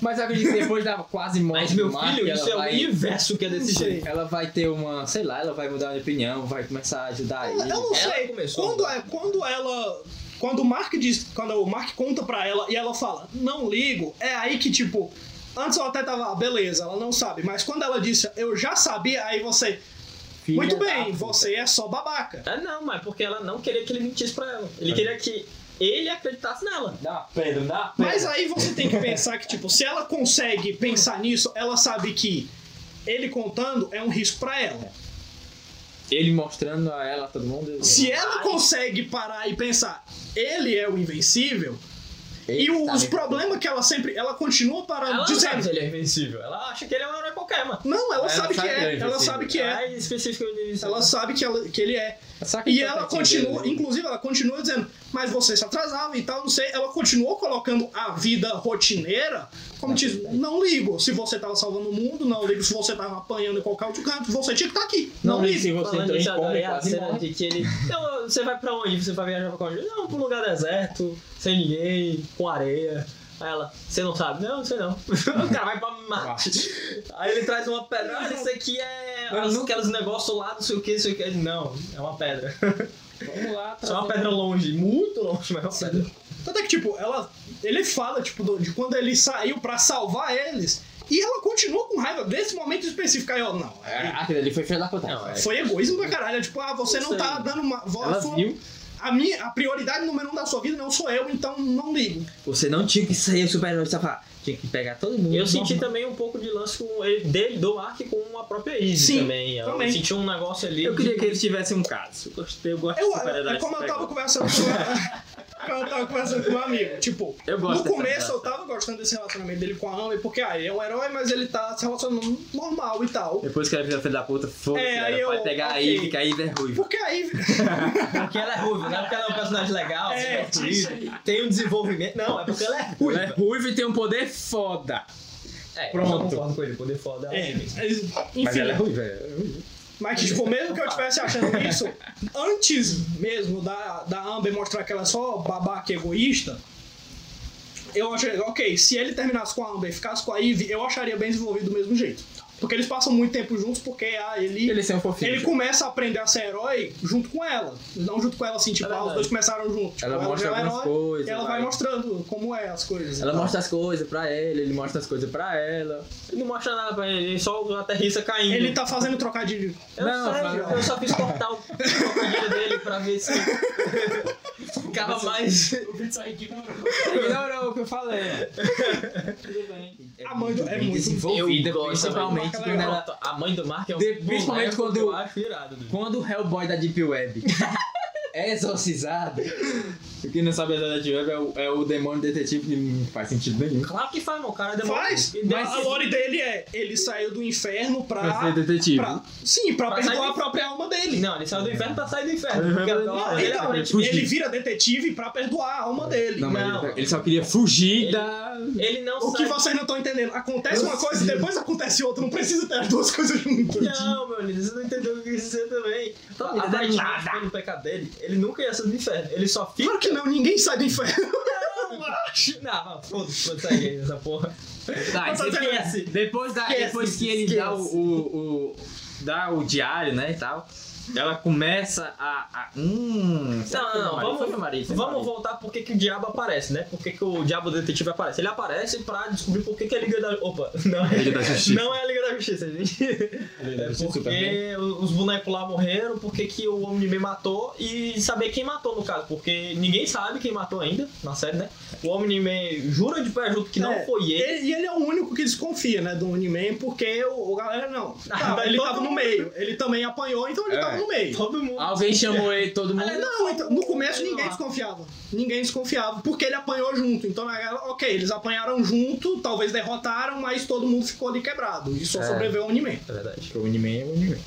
Speaker 6: Mas eu acredito que depois da quase morte.
Speaker 8: Mas, meu
Speaker 6: do Mark,
Speaker 8: filho,
Speaker 6: ela
Speaker 8: isso é o
Speaker 6: vai-
Speaker 8: universo que é desse
Speaker 3: Não sei.
Speaker 8: jeito.
Speaker 6: Ela vai ter uma. Sei lá, ela vai mudar de opinião, vai começar a ajudar
Speaker 3: Eu
Speaker 6: ele.
Speaker 3: não
Speaker 8: Ela
Speaker 3: sei.
Speaker 8: começou.
Speaker 3: É um Quando, é, quando ela. Quando o Mark diz. Quando o Mark conta pra ela e ela fala, não ligo, é aí que tipo. Antes ela até tava, ah, beleza, ela não sabe. Mas quando ela disse, eu já sabia, aí você.
Speaker 6: Filha
Speaker 3: muito
Speaker 6: da
Speaker 3: bem,
Speaker 6: puta.
Speaker 3: você é só babaca.
Speaker 8: Ah, não, mas porque ela não queria que ele mentisse pra ela.
Speaker 6: É.
Speaker 8: Ele queria que ele acreditasse nela.
Speaker 5: Dá Pedro, dá
Speaker 6: É.
Speaker 3: Mas aí você tem que pensar que, tipo, se ela consegue pensar nisso, ela sabe que ele contando é um risco pra ela.
Speaker 6: Ele mostrando a ela, todo mundo.
Speaker 3: Se ela consegue parar e pensar, ele é o invencível,
Speaker 6: Ele
Speaker 3: e o-
Speaker 6: tá
Speaker 3: os
Speaker 6: bem.
Speaker 3: problemas que ela sempre. Ela continua
Speaker 8: Ela
Speaker 3: parando,
Speaker 8: não sabe
Speaker 3: dizendo.
Speaker 8: se ele é invencível. Ela acha que ele é um herói qualquer, mano.
Speaker 3: Não, ela,
Speaker 6: Ela
Speaker 3: sabe,
Speaker 6: sabe
Speaker 3: que
Speaker 6: que ele é
Speaker 3: é. Ela
Speaker 6: invencível.
Speaker 3: sabe que é.
Speaker 8: Ah, é específico de
Speaker 3: Ela sabe que, ela- que ele é. né?
Speaker 6: Saca
Speaker 3: E
Speaker 6: que
Speaker 3: ela
Speaker 6: tá sentindo
Speaker 3: continua,
Speaker 6: dele?
Speaker 3: inclusive, ela continua dizendo, mas você se atrasava e tal, não sei. Ela continuou colocando a vida rotineira, como diz, não ligo se você tava salvando o mundo, não ligo se você tava apanhando em qualquer outro canto, você tinha que estar aqui. Não,
Speaker 6: Não,
Speaker 3: ligo.
Speaker 6: nem se você
Speaker 8: Falando
Speaker 6: entrou
Speaker 8: disso,
Speaker 6: em
Speaker 8: eu
Speaker 6: coma
Speaker 8: adorei
Speaker 6: e
Speaker 8: a
Speaker 6: quase
Speaker 8: cena
Speaker 6: morre.
Speaker 8: de que ele. Então, você vai pra onde? Você vai viajar pra onde? Não, pra um lugar deserto, sem ninguém, com areia. Aí ela, você não sabe? Não, sei não. o cara vai pra Marte. Aí ele traz uma pedra. Ah, isso aqui é. as- Aqueles negócios lá, não sei o que, não sei o que. Não, é uma pedra.
Speaker 6: Vamos lá,
Speaker 8: Só uma pedra longe, muito longe, mas é uma pedra.
Speaker 3: Tanto é que, tipo, ela, ele fala, tipo, do- de quando ele saiu pra salvar eles, e ela continua com raiva desse momento específico. Aí, ó, não,
Speaker 6: É, Aquilo ali foi feio da conta.
Speaker 8: Não, é.
Speaker 3: foi egoísmo pra caralho. É tipo, ah, você não
Speaker 8: Isso
Speaker 3: tá
Speaker 8: aí.
Speaker 3: dando uma... vo-
Speaker 6: Ela
Speaker 3: a sua-
Speaker 6: viu.
Speaker 3: A, minha, a prioridade número um da sua vida não sou eu, então não ligo.
Speaker 6: Você não tinha que sair o super-herói safado. Tinha que pegar todo mundo.
Speaker 8: Eu senti
Speaker 6: normal.
Speaker 8: também um pouco de lance com ele, dele, do Mark com a própria Izzy
Speaker 3: Sim,
Speaker 8: também. Eu
Speaker 3: também.
Speaker 8: senti um negócio ali.
Speaker 6: Eu
Speaker 8: de-
Speaker 6: queria que eles tivessem um caso. Eu gostei, eu gosto
Speaker 3: Eu,
Speaker 6: de super-herói.
Speaker 3: é como eu tava conversando com como eu tava conversando com meu amigo. Tipo,
Speaker 6: Eu
Speaker 3: no
Speaker 6: gosto dessa
Speaker 3: começo
Speaker 6: conversa.
Speaker 3: eu tava gostando desse relacionamento dele com a Amy, porque ah, ele é um herói, mas ele tá se relacionando normal e tal.
Speaker 6: Depois que ela vira filha da puta, foda-se,
Speaker 3: É, aí
Speaker 6: ela
Speaker 3: eu-
Speaker 6: vai pegar
Speaker 3: ok.
Speaker 6: a Ivy, que a Ivy é ruiva.
Speaker 3: Porque aí.
Speaker 8: Porque ela é ruiva, não é porque ela é um personagem legal,
Speaker 3: É,
Speaker 8: é, tem um desenvolvimento. Não, é porque ela é ruiva.
Speaker 6: Ela é ruiva e tem um poder foda.
Speaker 8: É,
Speaker 6: Pronto.
Speaker 8: Eu concordo com ele, poder foda. ela
Speaker 3: É,
Speaker 8: é.
Speaker 3: mas, enfim,
Speaker 6: Mas
Speaker 3: mas,
Speaker 6: ela é ruiva. é ruiva.
Speaker 3: que, tipo, mesmo que eu estivesse achando isso, antes mesmo da, da Amber mostrar que ela é só babaca e egoísta, eu achei, ok, se ele terminasse com a Amber e ficasse com a Ivy, eu acharia bem desenvolvido do mesmo jeito. Porque eles passam muito tempo juntos, porque ah,
Speaker 6: Eles são fofinhos.
Speaker 3: Ele começa a aprender a ser herói junto com ela. Não junto com ela assim, tipo,
Speaker 8: É
Speaker 3: ah, os
Speaker 8: verdade.
Speaker 3: dois começaram juntos. Tipo,
Speaker 6: Ela mostra
Speaker 3: já é
Speaker 6: algumas
Speaker 3: herói,
Speaker 6: coisas,
Speaker 3: e Ela vai
Speaker 6: vai.
Speaker 3: mostrando como é as coisas. e
Speaker 6: Ela
Speaker 3: tal.
Speaker 6: mostra as coisas pra ele, ele mostra as coisas pra ela.
Speaker 8: Ele não mostra nada pra ele, ele só a terriça caindo.
Speaker 3: Ele tá fazendo trocadilho.
Speaker 8: Eu,
Speaker 6: Não,
Speaker 8: sei,
Speaker 6: fala-
Speaker 8: eu só quis cortar o trocadilho dele pra ver se ficava mais.
Speaker 7: O vídeo só ignorou.
Speaker 6: Ele ignorou o que eu falei.
Speaker 3: A mãe do- é muito
Speaker 6: desenvolvida,
Speaker 8: Eu gosto,
Speaker 6: principalmente
Speaker 3: velho.
Speaker 6: quando ela.
Speaker 8: Pronto, A mãe do Mark é um
Speaker 6: De- principalmente
Speaker 8: boneco
Speaker 6: quando
Speaker 8: que
Speaker 6: eu-
Speaker 8: eu acho irado. né?
Speaker 6: Quando o Hellboy da Deep Web é exorcizado. O que não sabe da Deep Web é o, é o demônio detetive que não faz sentido nenhum.
Speaker 8: Claro que faz, meu cara. é demônio.
Speaker 3: Faz?
Speaker 8: E
Speaker 3: Mas a
Speaker 8: desse-
Speaker 3: lore dele é: ele saiu do inferno pra.
Speaker 6: Pra ser detetive.
Speaker 3: pra- sim, pra,
Speaker 8: Pra
Speaker 3: perdoar
Speaker 8: sair
Speaker 3: a
Speaker 8: do-
Speaker 3: própria alma dele.
Speaker 8: Não, ele saiu do inferno pra sair do inferno.
Speaker 6: Uhum.
Speaker 8: Porque agora
Speaker 6: Não,
Speaker 8: ele
Speaker 3: então,
Speaker 8: aprende-
Speaker 6: fugir.
Speaker 3: ele vira detetive pra perdoar a alma dele.
Speaker 6: Não, mas
Speaker 8: é Não.
Speaker 6: Ele, ele só queria fugir
Speaker 8: Ele-
Speaker 6: da.
Speaker 8: ele não
Speaker 3: O que
Speaker 8: sai.
Speaker 3: vocês não estão entendendo? Acontece
Speaker 6: Eu
Speaker 3: uma coisa e
Speaker 6: sei.
Speaker 3: depois acontece outra. Não precisa ter as duas coisas juntas.
Speaker 8: Não, meu lindo, você não entendeu o que eu quis dizer também. Aparentemente, pelo pecado dele, ele nunca ia sair do inferno. Ele só fica.
Speaker 3: Claro que não, ninguém sai do inferno.
Speaker 8: Não, Não, mas foda-se, foda-se a gente, essa porra.
Speaker 6: Tá,
Speaker 8: Esquece.
Speaker 6: Depois, da,
Speaker 8: Esquece,
Speaker 6: depois que ele
Speaker 8: esquece.
Speaker 6: dá o, o, o- dá o diário, né, e tal, ela começa a... a hum... será
Speaker 8: Não,
Speaker 6: que foi
Speaker 8: não, não, vamos-
Speaker 6: meu marido? Foi meu marido, foi meu
Speaker 8: Vamos
Speaker 6: marido.
Speaker 8: voltar porque que o diabo aparece, né? Porque que o diabo detetive aparece. Ele aparece pra descobrir por que, que a Liga da... Opa, não é...
Speaker 1: Liga da Justiça.
Speaker 8: Não é a Liga da Justiça, gente. É porque os bonecos lá morreram, porque que o homem de bem matou e saber quem matou, no caso. Porque ninguém sabe quem matou ainda, na série, né? O homem de bem jura de pé junto que não
Speaker 3: É,
Speaker 8: foi ele.
Speaker 3: E ele é o único que desconfia, né, do Uniman, porque o, o galera não.
Speaker 8: Ah,
Speaker 3: Tá,
Speaker 8: mas
Speaker 3: ele
Speaker 8: todo
Speaker 3: tava no
Speaker 8: mundo-
Speaker 3: meio. Ele também apanhou, então ele
Speaker 6: É. Ah,
Speaker 3: tava no meio.
Speaker 8: Todo mundo.
Speaker 6: Alguém chamou ele, todo mundo...
Speaker 3: Aliás, Não, então, no começo ninguém desconfiava. Ninguém desconfiava, porque ele apanhou junto. Então, na galera, ok, eles apanharam junto, talvez derrotaram, mas todo mundo ficou ali quebrado. E só
Speaker 6: É.
Speaker 3: sobreviveu o Uniman.
Speaker 8: É verdade.
Speaker 6: O Uniman é o Uniman.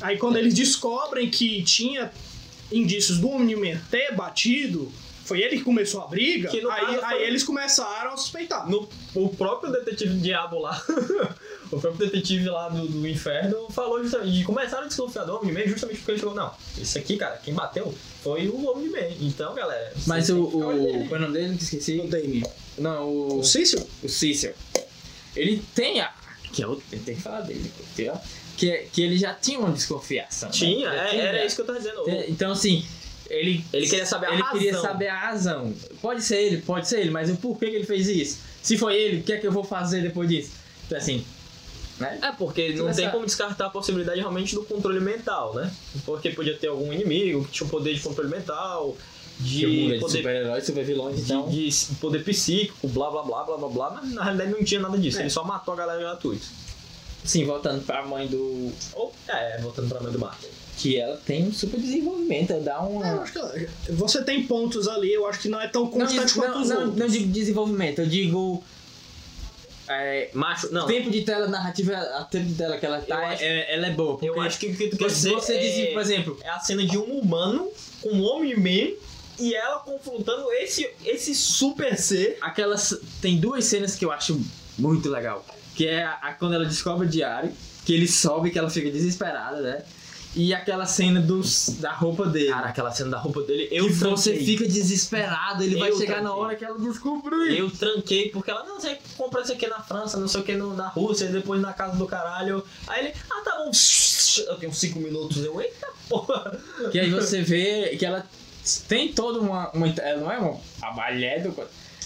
Speaker 3: Aí quando eles descobrem que tinha indícios do Omniman ter batido, foi ele que começou a briga,
Speaker 8: Que no
Speaker 3: aí,
Speaker 8: caso foi-
Speaker 3: aí eles começaram a suspeitar.
Speaker 8: No, o próprio detetive diabo lá, o próprio detetive lá do, do inferno falou justamente, e começaram a desconfiar do Homem-Man justamente porque ele falou, não, isso aqui, cara, quem bateu foi o Homem-Man. Então, galera...
Speaker 6: Mas
Speaker 8: vocês
Speaker 6: o,
Speaker 8: têm que ficar olhando
Speaker 6: o.
Speaker 8: nele.
Speaker 6: Qual é o nome dele? Que
Speaker 3: O
Speaker 6: Esqueci.
Speaker 3: Damien.
Speaker 6: Não, o.
Speaker 3: O Cícero?
Speaker 6: O Cícero. Ele tem a. Que é outro. Eu tenho que falar dele. porque, ó, Que, é- que ele já tinha uma desconfiança. né?
Speaker 8: Tinha,
Speaker 6: Ele
Speaker 8: é,
Speaker 6: tinha.
Speaker 8: era isso que eu tava dizendo.
Speaker 6: Tem- Então, assim. Ele,
Speaker 8: Ele queria saber a
Speaker 6: ele queria
Speaker 8: razão.
Speaker 6: saber a razão. Pode ser ele, pode ser ele, mas o porquê que ele fez isso? Se foi ele, o que é que eu vou fazer depois disso? Então, assim. Então,
Speaker 8: É, porque não
Speaker 6: Essa-
Speaker 8: tem como descartar a possibilidade realmente do controle mental, né? Porque podia ter algum inimigo que tinha o poder de controle mental,
Speaker 6: que o mundo é
Speaker 8: de
Speaker 6: de
Speaker 8: poder
Speaker 6: super-herói, super-vilões, então.
Speaker 8: de s- poder psíquico, blá blá blá blá blá blá, mas na realidade não tinha nada disso,
Speaker 3: É.
Speaker 8: ele só matou a galera gratuita.
Speaker 6: Sim, voltando pra mãe do.
Speaker 8: Ou, é, voltando pra mãe do Marco.
Speaker 6: Que ela tem um super desenvolvimento, ela dá uma.
Speaker 3: Eu acho que eh, você tem pontos ali, eu acho que não é tão
Speaker 6: Não,
Speaker 3: constante
Speaker 6: digo-
Speaker 3: quanto
Speaker 6: não,
Speaker 3: os
Speaker 6: não,
Speaker 3: outros.
Speaker 6: não digo desenvolvimento, eu digo. é,
Speaker 8: Macho, não.
Speaker 6: tempo de tela narrativa, a tempo de tela que ela tá,
Speaker 8: Eu acho-
Speaker 6: é- ela é boa. Porque
Speaker 8: Eu acho que o que tu quer
Speaker 6: você,
Speaker 8: dizer
Speaker 6: você
Speaker 8: é,
Speaker 6: diz, por exemplo,
Speaker 8: é a cena de um humano com um homem man e ela confrontando esse, esse super ser.
Speaker 6: aquelas. Tem duas cenas que eu acho muito legal. Que é a, a- quando ela descobre o diário, que ele sobe, que ela fica desesperada, né? E aquela cena dos, da roupa dele.
Speaker 8: Cara, aquela cena da roupa dele, eu
Speaker 6: eu que você
Speaker 8: tranquei.
Speaker 6: fica desesperado, ele vai
Speaker 8: Eu
Speaker 6: chegar na
Speaker 8: tranquei.
Speaker 6: hora que ela descobriu.
Speaker 8: Eu tranquei porque ela, não, você compra isso aqui na França, não sei o que no- na Rússia, depois na casa do caralho. Aí ele, ah, tá bom. Eu tenho cinco minutos, eu, eita porra.
Speaker 6: Que aí você vê que ela tem toda uma. uma inte- ela não é uma a mulher do.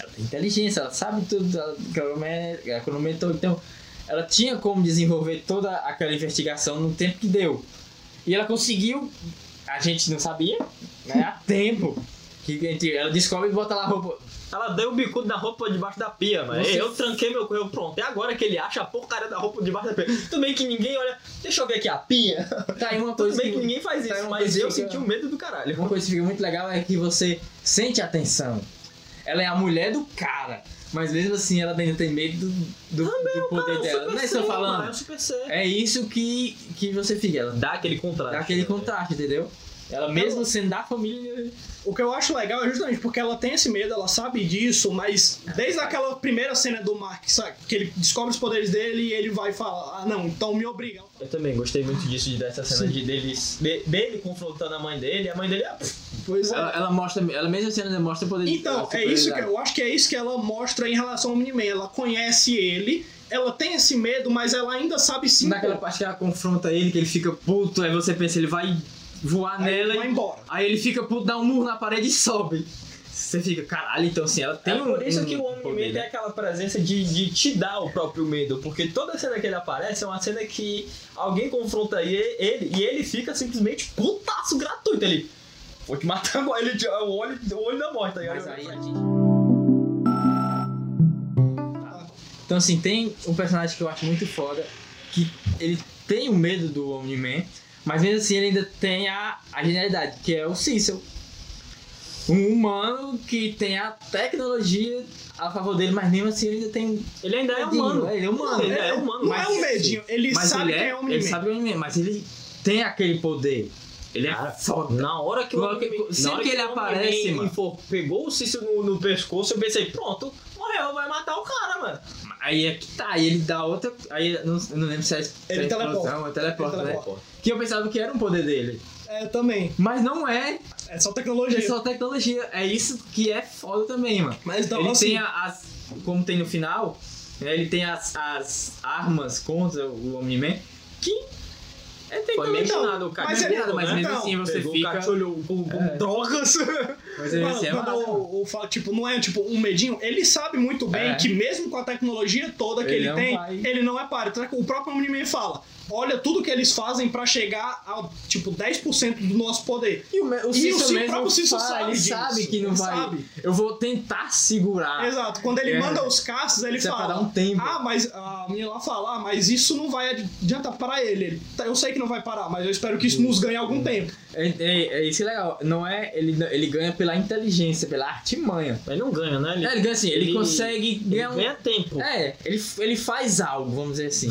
Speaker 6: Ela tem inteligência, ela sabe tudo, ela economia- ela economizou. Então, ela tinha como desenvolver toda aquela investigação no tempo que deu. E ela conseguiu, a gente não sabia, né? A tempo. Que a gente- ela descobre e bota lá a roupa.
Speaker 8: Ela deu o bicudo na roupa debaixo da pia, mano.
Speaker 6: Você-
Speaker 8: Eu tranquei meu corpo, pronto. É agora que ele acha a porcaria da roupa debaixo da pia. Tudo bem que ninguém olha, deixa eu ver aqui a pia.
Speaker 6: Tá aí uma
Speaker 8: Tudo
Speaker 6: coisa.
Speaker 8: bem que ninguém faz
Speaker 6: Tá,
Speaker 8: isso,
Speaker 6: uma
Speaker 8: mas
Speaker 6: coisa
Speaker 8: eu
Speaker 6: que fica-
Speaker 8: senti o medo do caralho.
Speaker 6: Uma coisa que fica muito legal é que você sente a tensão. Ela é a mulher do cara, mas mesmo assim ela ainda tem medo do, do, do poder dela. Não é isso que eu tô falando.
Speaker 8: É um super ser.
Speaker 6: É isso que, que você fica. Ela
Speaker 8: Dá aquele contraste.
Speaker 6: dá aquele
Speaker 8: né?
Speaker 6: contraste, entendeu? Ela mesmo sendo da família. né?
Speaker 3: O que eu acho legal é justamente porque ela tem esse medo, ela sabe disso, mas desde aquela primeira cena do Mark, sabe? Que ele descobre os poderes dele e ele vai falar, ah não, então me obriga.
Speaker 8: Eu também gostei muito disso, de- dessa cena de deles, de- dele confrontando a mãe dele. e A mãe dele, ah, pff,
Speaker 3: Pois é.
Speaker 6: Ela, ela mostra, ela mesmo sendo ela mostra o poder
Speaker 3: Então, é isso que eu acho que é isso que ela mostra em relação ao Miniman. Ela conhece ele, ela tem esse medo, mas ela ainda sabe sim.
Speaker 6: Naquela parte que ela confronta ele, que ele fica puto, aí você pensa, ele vai voar
Speaker 3: Aí ele
Speaker 6: nela.
Speaker 3: vai
Speaker 6: e-
Speaker 3: embora.
Speaker 6: Aí ele fica puto, dá um murro na parede e sobe. Você fica, caralho, então assim, ela tem
Speaker 8: é
Speaker 6: um.
Speaker 8: por isso
Speaker 6: um
Speaker 8: que o homem
Speaker 6: poder,
Speaker 8: medo
Speaker 6: né?
Speaker 8: tem aquela presença de, de te dar o próprio medo. Porque toda cena que ele aparece é uma cena que alguém confronta e- ele e ele fica simplesmente putaço gratuito. Ele, vou te matar agora. Ele, te- o, olho, o olho da morte, tá
Speaker 6: Mas
Speaker 8: ligado?
Speaker 6: aí é a gente- Então, assim, tem um personagem que eu acho muito foda, que ele tem o medo do Omni-Man, mas mesmo assim ele ainda tem a, a genialidade, que é o Cecil. Um humano que tem a tecnologia a favor dele, mas mesmo assim ele ainda tem um
Speaker 8: Ele ainda é
Speaker 6: medinho,
Speaker 8: humano.
Speaker 6: né? Ele é humano.
Speaker 8: Ele é humano,
Speaker 3: Não
Speaker 8: mas
Speaker 3: é um medinho, ele
Speaker 6: mas
Speaker 3: sabe
Speaker 6: ele
Speaker 3: quem
Speaker 6: é,
Speaker 3: é o
Speaker 6: ele
Speaker 3: Miniman.
Speaker 6: sabe o Omni-Man, mas ele tem aquele poder. Ele é foda.
Speaker 8: Na hora que o
Speaker 6: Na hora que-
Speaker 8: homem-
Speaker 6: sempre
Speaker 8: na hora
Speaker 6: que ele
Speaker 8: o homem
Speaker 6: aparece,
Speaker 8: vem e
Speaker 6: mano.
Speaker 8: for- pegou o Cício no, no pescoço, eu pensei, pronto, morreu, vai matar o cara, mano.
Speaker 6: Aí é que tá, aí ele dá outra. Aí eu não, eu não lembro se é se é
Speaker 3: Ele teleporta.
Speaker 6: explosão, é teleporta,
Speaker 3: Ele
Speaker 6: né?
Speaker 3: teleporta.
Speaker 6: Que eu pensava que era um poder dele.
Speaker 3: É, também.
Speaker 6: Mas não é,
Speaker 3: É só tecnologia.
Speaker 6: é só tecnologia. É isso que é foda também, mano.
Speaker 3: Mas então,
Speaker 6: ele
Speaker 3: assim,
Speaker 6: tem a- as. Como tem no final, né, ele tem as, as armas contra o Omni-Man que é
Speaker 8: Foi então,
Speaker 6: tecnologia.
Speaker 8: mencionado o cara.
Speaker 3: mas é-
Speaker 8: pegou,
Speaker 6: mas
Speaker 8: né?
Speaker 6: mesmo
Speaker 3: Então,
Speaker 6: assim você
Speaker 8: Pegou
Speaker 6: fica.
Speaker 8: o cachorro com, com
Speaker 6: É.
Speaker 3: drogas.
Speaker 6: Mas mesmo
Speaker 3: Mano,
Speaker 6: assim é
Speaker 3: quando
Speaker 6: massa, mano.
Speaker 3: o, o fala, tipo, não é tipo um medinho, ele sabe muito bem
Speaker 6: É.
Speaker 3: que mesmo com a tecnologia toda que
Speaker 6: Ele um
Speaker 3: ele,
Speaker 6: não
Speaker 3: tem,
Speaker 6: vai-
Speaker 3: ele não é páreo. Tanto é que O próprio Omni-Man fala, olha tudo que eles fazem pra chegar a, tipo, 10% do nosso poder.
Speaker 6: E o, me- o
Speaker 3: E o
Speaker 6: Cício
Speaker 3: Cício-
Speaker 6: mesmo
Speaker 3: o próprio Cício
Speaker 6: fala,
Speaker 3: sabe
Speaker 6: ele
Speaker 3: disso.
Speaker 6: sabe que não
Speaker 3: Ele
Speaker 6: vai.
Speaker 3: sabe.
Speaker 6: Eu vou tentar segurar.
Speaker 3: Exato, quando ele
Speaker 6: É.
Speaker 3: manda os caças, ele
Speaker 6: Isso é pra
Speaker 3: fala...
Speaker 6: dar um tempo.
Speaker 3: Ah, mas a menina lá fala, ah, mas isso não vai adiantar parar ele. Ele, "Tá, Eu sei que não vai parar, mas eu espero que isso nos ganhe algum tempo.
Speaker 6: É, é- é isso é legal. Não é ele, ele ganha pela inteligência, pela artimanha.
Speaker 8: Ele não ganha, né? Ele,
Speaker 6: É, ele ganha assim, ele,
Speaker 8: Ele-
Speaker 6: consegue
Speaker 8: ele
Speaker 6: ganhar um-
Speaker 8: ganha tempo.
Speaker 6: É, ele, ele faz algo, vamos dizer assim.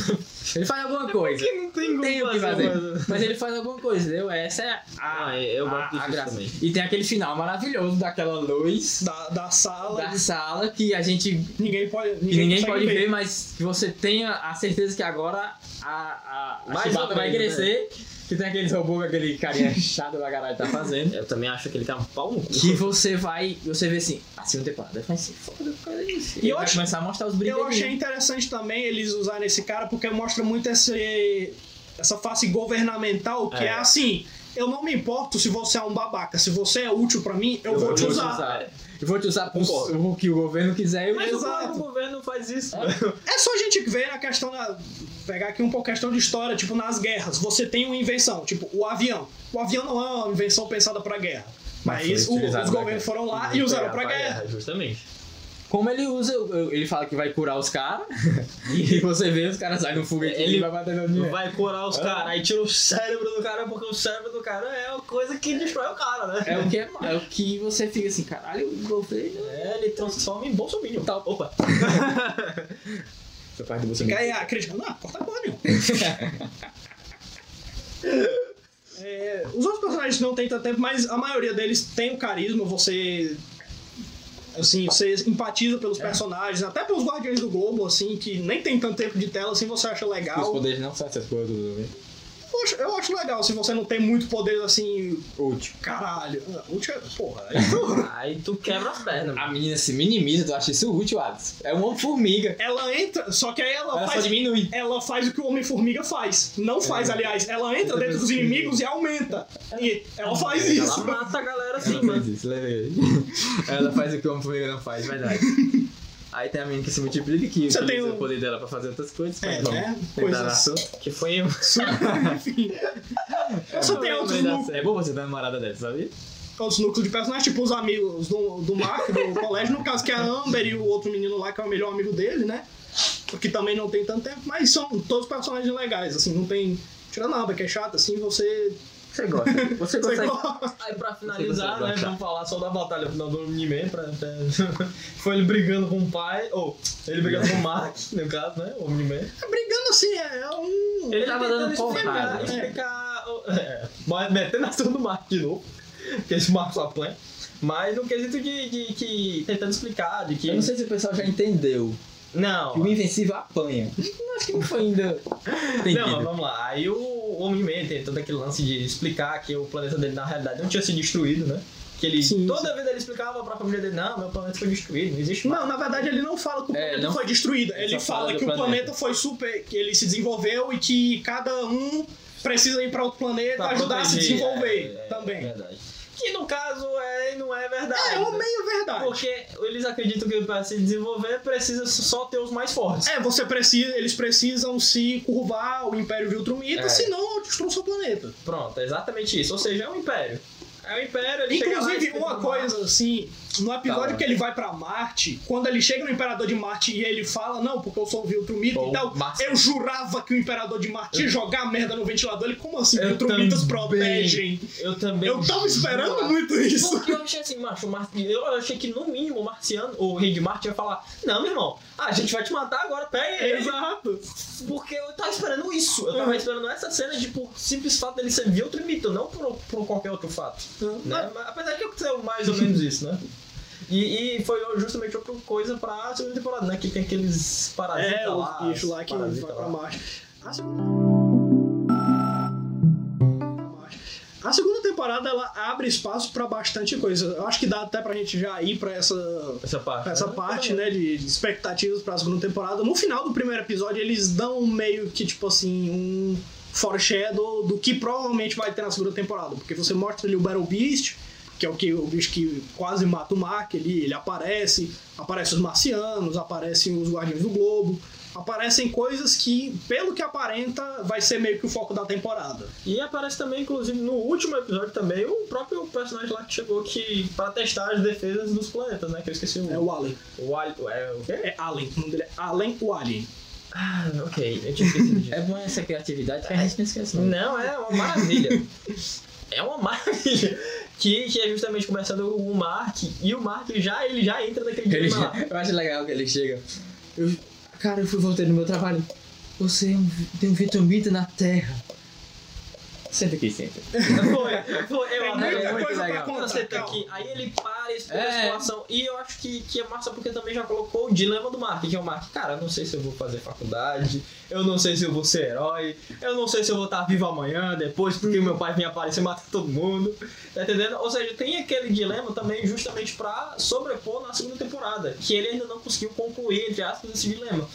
Speaker 6: Ele faz alguma coisa.
Speaker 8: não tem
Speaker 6: Tem o que fazer. Mas ele faz alguma coisa, entendeu? Essa é a,
Speaker 8: Ah, eu
Speaker 6: a,
Speaker 8: gosto
Speaker 6: a
Speaker 8: disso
Speaker 6: graça.
Speaker 8: também.
Speaker 6: E tem aquele final maravilhoso daquela luz
Speaker 3: Da, da sala,
Speaker 6: da sala que a gente
Speaker 3: ninguém pode,
Speaker 6: que ninguém
Speaker 3: consegue
Speaker 6: pode ver, mas que você tenha a certeza que agora a, a, a
Speaker 8: Mais
Speaker 6: chibata
Speaker 8: ou
Speaker 6: vai
Speaker 8: menos,
Speaker 6: crescer, que tem aqueles robôs que aquele carinha chato pra caralho tá fazendo.
Speaker 8: Eu também acho que ele tá um pau no cu.
Speaker 6: Que você vai, você vê assim, a segunda temporada vai ser foda por causa disso.
Speaker 3: E
Speaker 6: E
Speaker 3: eu
Speaker 6: eu vai
Speaker 3: acho-
Speaker 6: começar a mostrar os
Speaker 3: Eu
Speaker 6: brinquedinhos.
Speaker 3: achei interessante também eles usarem esse cara porque mostra muito esse, essa face governamental que é.
Speaker 8: É.
Speaker 3: assim: eu não me importo se você é um babaca, se você é útil pra mim, eu, vou, te usar.
Speaker 6: Eu vou te usar pro
Speaker 8: Concordo.
Speaker 6: o que o governo quiser. Eu
Speaker 3: Mas
Speaker 6: uso.
Speaker 3: o Exato.
Speaker 8: O governo faz isso.
Speaker 3: É só a gente ver na questão da. Pegar aqui um pouco a questão de história, tipo, nas guerras, você tem uma invenção, tipo, o avião. O avião não é uma invenção pensada pra guerra.
Speaker 6: Mas
Speaker 3: Mas,
Speaker 6: foi
Speaker 3: o-
Speaker 6: utilizado
Speaker 3: os
Speaker 6: na
Speaker 3: governos
Speaker 6: guerra.
Speaker 3: foram
Speaker 8: Ah,
Speaker 3: lá e usaram pra guerra.
Speaker 8: é, Justamente.
Speaker 6: Como ele usa, ele fala que vai curar os caras. e você vê os caras saem no foguete
Speaker 8: Ele-
Speaker 6: e vai bater no dinheiro.
Speaker 8: Vai curar os caras, aí tira o cérebro do cara, porque o cérebro do cara é uma coisa que destrói o cara, né?
Speaker 6: É o, que é, é o que você fica assim, caralho, o governo. né?"
Speaker 8: É, ele transforma em Bolsonaro.
Speaker 6: Tá.
Speaker 8: Opa.
Speaker 6: Essa parte do
Speaker 3: Fica
Speaker 6: Bolsonaro.
Speaker 3: aí acreditando, ah, corta a porra nenhuma. É, os outros personagens não tem tanto tempo, mas a maioria deles tem o carisma, você. Assim, você empatiza pelos personagens, até pelos Guardiões do Globo, assim, que nem tem tanto tempo de tela, assim, você acha
Speaker 6: Os
Speaker 3: legal.
Speaker 6: poderes não são essas coisas tudo bem.
Speaker 3: Poxa, eu acho legal, se você não tem muito poder, assim,
Speaker 6: Útil.
Speaker 3: caralho. Ah, útil é- Porra, aí-
Speaker 8: Aí tu quebra as pernas.
Speaker 6: A menina se minimiza, tu acha isso útil, Alex? É uma formiga.
Speaker 3: ela entra, só que aí ela,
Speaker 6: Ela só
Speaker 3: faz.
Speaker 6: diminui. É.
Speaker 3: Ela faz o que o Homem-Formiga faz. Não faz, aliás. Ela entra dentro dos inimigos e aumenta. E ela faz isso.
Speaker 8: é Ela mata a galera assim,
Speaker 6: Ela
Speaker 8: mano.
Speaker 6: faz isso, leva aí. Ela faz o que uma formiga não faz, verdade. Aí tem a menina que se multiplica, que
Speaker 3: Você
Speaker 6: utiliza
Speaker 3: tem um-
Speaker 6: o poder dela pra fazer outras coisas.
Speaker 3: É,
Speaker 6: mas vamos
Speaker 3: né?
Speaker 6: entrar no
Speaker 3: Coisas.
Speaker 6: assunto.
Speaker 8: Que foi um.
Speaker 3: Enfim. Você tem outros, nu-
Speaker 6: É bom você dar uma namorada dessa, sabia?
Speaker 3: outros núcleos de personagens, tipo os amigos do, do Mark, do colégio, no caso que é a Amber e o outro menino lá, que é o melhor amigo dele, né? Que também não tem tanto tempo, mas são todos personagens legais, assim, não tem. Tirando a Amber, que é chata, assim, você.
Speaker 6: Você gosta. Você
Speaker 3: você
Speaker 6: gosta.
Speaker 3: gosta.
Speaker 8: Aí pra finalizar,
Speaker 6: Você
Speaker 8: né?
Speaker 6: gosta.
Speaker 8: Vamos falar só da batalha final do Omni-Man. Pra, pra- Foi ele brigando com o pai. Ou ele brigando com o Mark, no caso, né? O Omni-Man.
Speaker 3: É, Brigando assim, é um.
Speaker 8: Ele
Speaker 6: tava
Speaker 8: tentando
Speaker 6: dando porrada,
Speaker 8: explicar-
Speaker 3: né?
Speaker 8: explicar o- é, mas metendo a ação do Mark de novo. Que esse Mark só apanha. Mas no quesito de, de que. Tentando explicar, de que.
Speaker 6: Eu não sei se o pessoal já entendeu.
Speaker 8: Não.
Speaker 6: Que o invencível apanha. Acho que não foi ainda.
Speaker 8: Não, mas vamos lá. Aí o Homem-Man tem todo aquele lance de explicar que o planeta dele, na realidade, não tinha sido destruído, né? Que ele,
Speaker 3: Sim,
Speaker 8: toda vida ele explicava pra família dele, não, meu planeta foi destruído, não existe mais.
Speaker 3: Não, na verdade ele não fala que o
Speaker 6: É,
Speaker 3: planeta
Speaker 6: não-
Speaker 3: foi destruído. Ele
Speaker 6: só fala
Speaker 3: fala
Speaker 6: do
Speaker 3: que o
Speaker 6: planeta.
Speaker 3: planeta foi super. que ele se desenvolveu e que cada um precisa ir pra outro planeta
Speaker 8: Pra
Speaker 3: ajudar a se
Speaker 8: proteger.
Speaker 3: desenvolver
Speaker 8: É, é,
Speaker 3: também.
Speaker 8: É verdade. Que no caso é, não é verdade.
Speaker 3: É uma
Speaker 8: né?
Speaker 3: meio verdade.
Speaker 8: Porque eles acreditam que pra se desenvolver precisa só ter os mais fortes.
Speaker 3: É, você precisa, eles precisam se curvar ao Império Viltrumita,
Speaker 8: É.
Speaker 3: senão destrua o seu planeta.
Speaker 8: Pronto, é exatamente isso. Ou seja, é um império. É um império, ele chega lá e
Speaker 3: Inclusive,
Speaker 8: explica
Speaker 3: uma
Speaker 8: no
Speaker 3: coisa assim, no episódio
Speaker 6: Tá,
Speaker 3: que ele vai pra Marte, quando ele chega no Imperador de Marte e ele fala, não, porque eu sou o Viltrumita
Speaker 8: Bom,
Speaker 3: e tal,
Speaker 8: massa.
Speaker 3: eu jurava que o Imperador de Marte ia jogar merda no ventilador. Ele, como assim?
Speaker 8: Eu
Speaker 3: Viltrumitas
Speaker 8: também.
Speaker 3: protegem.
Speaker 8: mar. Eu também.
Speaker 3: Eu tava esperando
Speaker 8: jurava.
Speaker 3: muito isso.
Speaker 8: Porque eu achei assim, macho, o Mar- eu achei que no mínimo o Marciano, ou o Rei de Marte, ia falar: Não, meu irmão, a gente vai te matar agora, pega ele.
Speaker 3: Exato.
Speaker 8: Porque eu tava esperando isso. Eu
Speaker 3: Uhum.
Speaker 8: tava esperando essa cena de por simples fato dele ser Viltrumito, não por, por qualquer outro fato.
Speaker 3: Uhum.
Speaker 8: né? Mas, apesar que aconteceu mais ou menos isso, né? E, e foi justamente outra coisa pra segunda temporada, né? Que tem aqueles parasitas
Speaker 3: É,
Speaker 8: lá.
Speaker 3: o bicho lá que vai
Speaker 8: parasita
Speaker 3: pra
Speaker 8: lá.
Speaker 3: Marte. A segunda... A segunda temporada ela abre espaço pra bastante coisa. Eu acho que dá até pra gente já ir pra essa
Speaker 8: Essa parte.
Speaker 3: essa parte, né, de de expectativas pra segunda temporada. No final do primeiro episódio, eles dão meio que, tipo assim, um foreshadow do que provavelmente vai ter na segunda temporada. Porque você mostra ali o Battle Beast, que é o, que, o bicho que quase mata o Mark ali, ele aparece, aparece os marcianos, aparecem os Guardiões do Globo, aparecem coisas que, pelo que aparenta, vai ser meio que o foco da temporada.
Speaker 8: E aparece também, inclusive, no último episódio também, o próprio personagem lá que chegou que pra testar as defesas dos planetas, né? Que eu esqueci o.
Speaker 3: É o Alien.
Speaker 8: o Al- é o quê?
Speaker 3: É Alien. O nome dele é Alien o Alien.
Speaker 8: Ah, ok, eu tinha esquecido disso.
Speaker 4: É bom essa criatividade que a gente não esquece, não.
Speaker 8: Não, é uma maravilha. é uma maravilha. Que, que é justamente começando o Mark, e o Mark já, ele já entra naquele
Speaker 6: Ele-
Speaker 8: clima lá.
Speaker 6: eu acho legal que ele chega. Eu, cara, eu fui voltei no meu trabalho. Você é um vi- tem um vitamita na terra.
Speaker 4: Senta aqui, senta.
Speaker 8: Foi, foi, eu
Speaker 6: muita
Speaker 8: adorei.
Speaker 6: coisa pra
Speaker 8: Quando
Speaker 3: contar,
Speaker 8: você tá
Speaker 3: calma.
Speaker 8: aqui, aí ele para, explica
Speaker 6: É.
Speaker 8: a situação. E eu acho que, que é massa porque também já colocou o dilema do Mark, que é o Mark, cara, eu não sei se eu vou fazer faculdade, eu não sei se eu vou ser herói, eu não sei se eu vou estar vivo amanhã, depois, porque meu pai me aparecer e matar todo mundo. Tá entendendo? Ou seja, tem aquele dilema também justamente pra sobrepor na segunda temporada, que ele ainda não conseguiu concluir, entre aspas, esse dilema.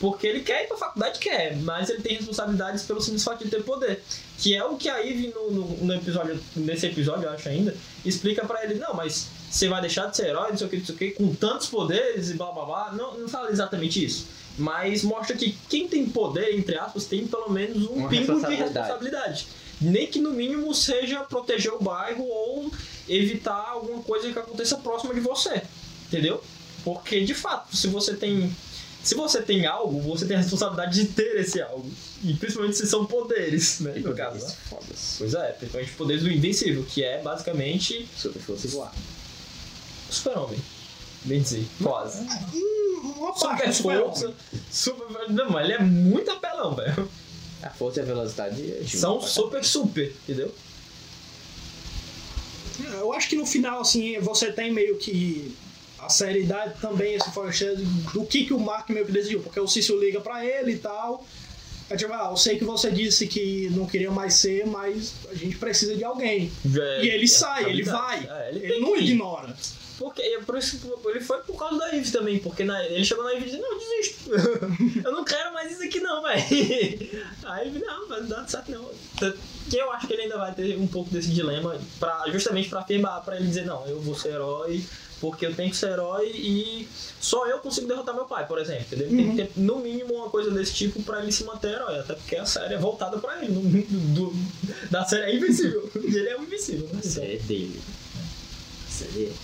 Speaker 8: Porque ele quer ir pra faculdade, quer, mas ele tem responsabilidades pelo simples fato de ter poder. Que é o que a Ivy, no, no- no episódio, nesse episódio, eu acho ainda, explica pra ele: não, mas você vai deixar de ser herói, não sei o que, não sei o que, com tantos poderes e blá blá blá. Não, não fala exatamente isso. Mas mostra que quem tem poder, entre aspas, tem pelo menos um
Speaker 4: Uma
Speaker 8: pingo de
Speaker 4: responsabilidade.
Speaker 8: responsabilidade. Nem que no mínimo seja proteger o bairro ou evitar alguma coisa que aconteça próxima de você. Entendeu? Porque de fato, se você tem se você tem algo, você tem a responsabilidade de ter esse algo. E principalmente se são poderes, né? No caso. né?
Speaker 4: Foda-se.
Speaker 8: Pois é, principalmente poderes do invencível, que é basicamente
Speaker 4: Super força e voar.
Speaker 8: super-homem. Bem dizer, quase.
Speaker 3: Uma parte
Speaker 8: Super
Speaker 4: É
Speaker 3: do Super-Homem.
Speaker 8: força, super. Não, mas ele é muito apelão, velho.
Speaker 4: A força e a velocidade é junto,
Speaker 8: São
Speaker 4: pra
Speaker 8: super, super, entendeu?
Speaker 3: Eu acho que no final, assim, você tem meio que a seriedade também, assim, esse foreshadow do que, que o Mark meio que decidiu, porque o Cício liga pra ele e tal. É tipo, ah, eu sei que você disse que não queria mais ser, mas a gente precisa de alguém.
Speaker 8: É,
Speaker 3: E ele
Speaker 8: é
Speaker 3: sai, ele vai.
Speaker 8: habilidade. É, ele
Speaker 3: Ele
Speaker 8: tem
Speaker 3: não
Speaker 8: que ir.
Speaker 3: ignora.
Speaker 8: Porque é por isso que ele foi por causa da Eve também, porque na- ele chegou na Eve e disse, não, eu desisto. eu não quero mais isso aqui não, velho. A Eve, não, mas não dá certo não. Tanto Que eu acho que ele ainda vai ter um pouco desse dilema, pra, justamente pra afirmar, pra ele dizer, não, eu vou ser herói, porque eu tenho que ser herói e só eu consigo derrotar meu pai, por exemplo. Entendeu? Tem que ter, no mínimo, uma coisa desse tipo pra ele se manter herói, até porque a série é voltada pra ele. do- do- da série é invencível. e ele é um invencível, né?
Speaker 4: Isso
Speaker 8: Então,
Speaker 4: é dele. Isso é dele.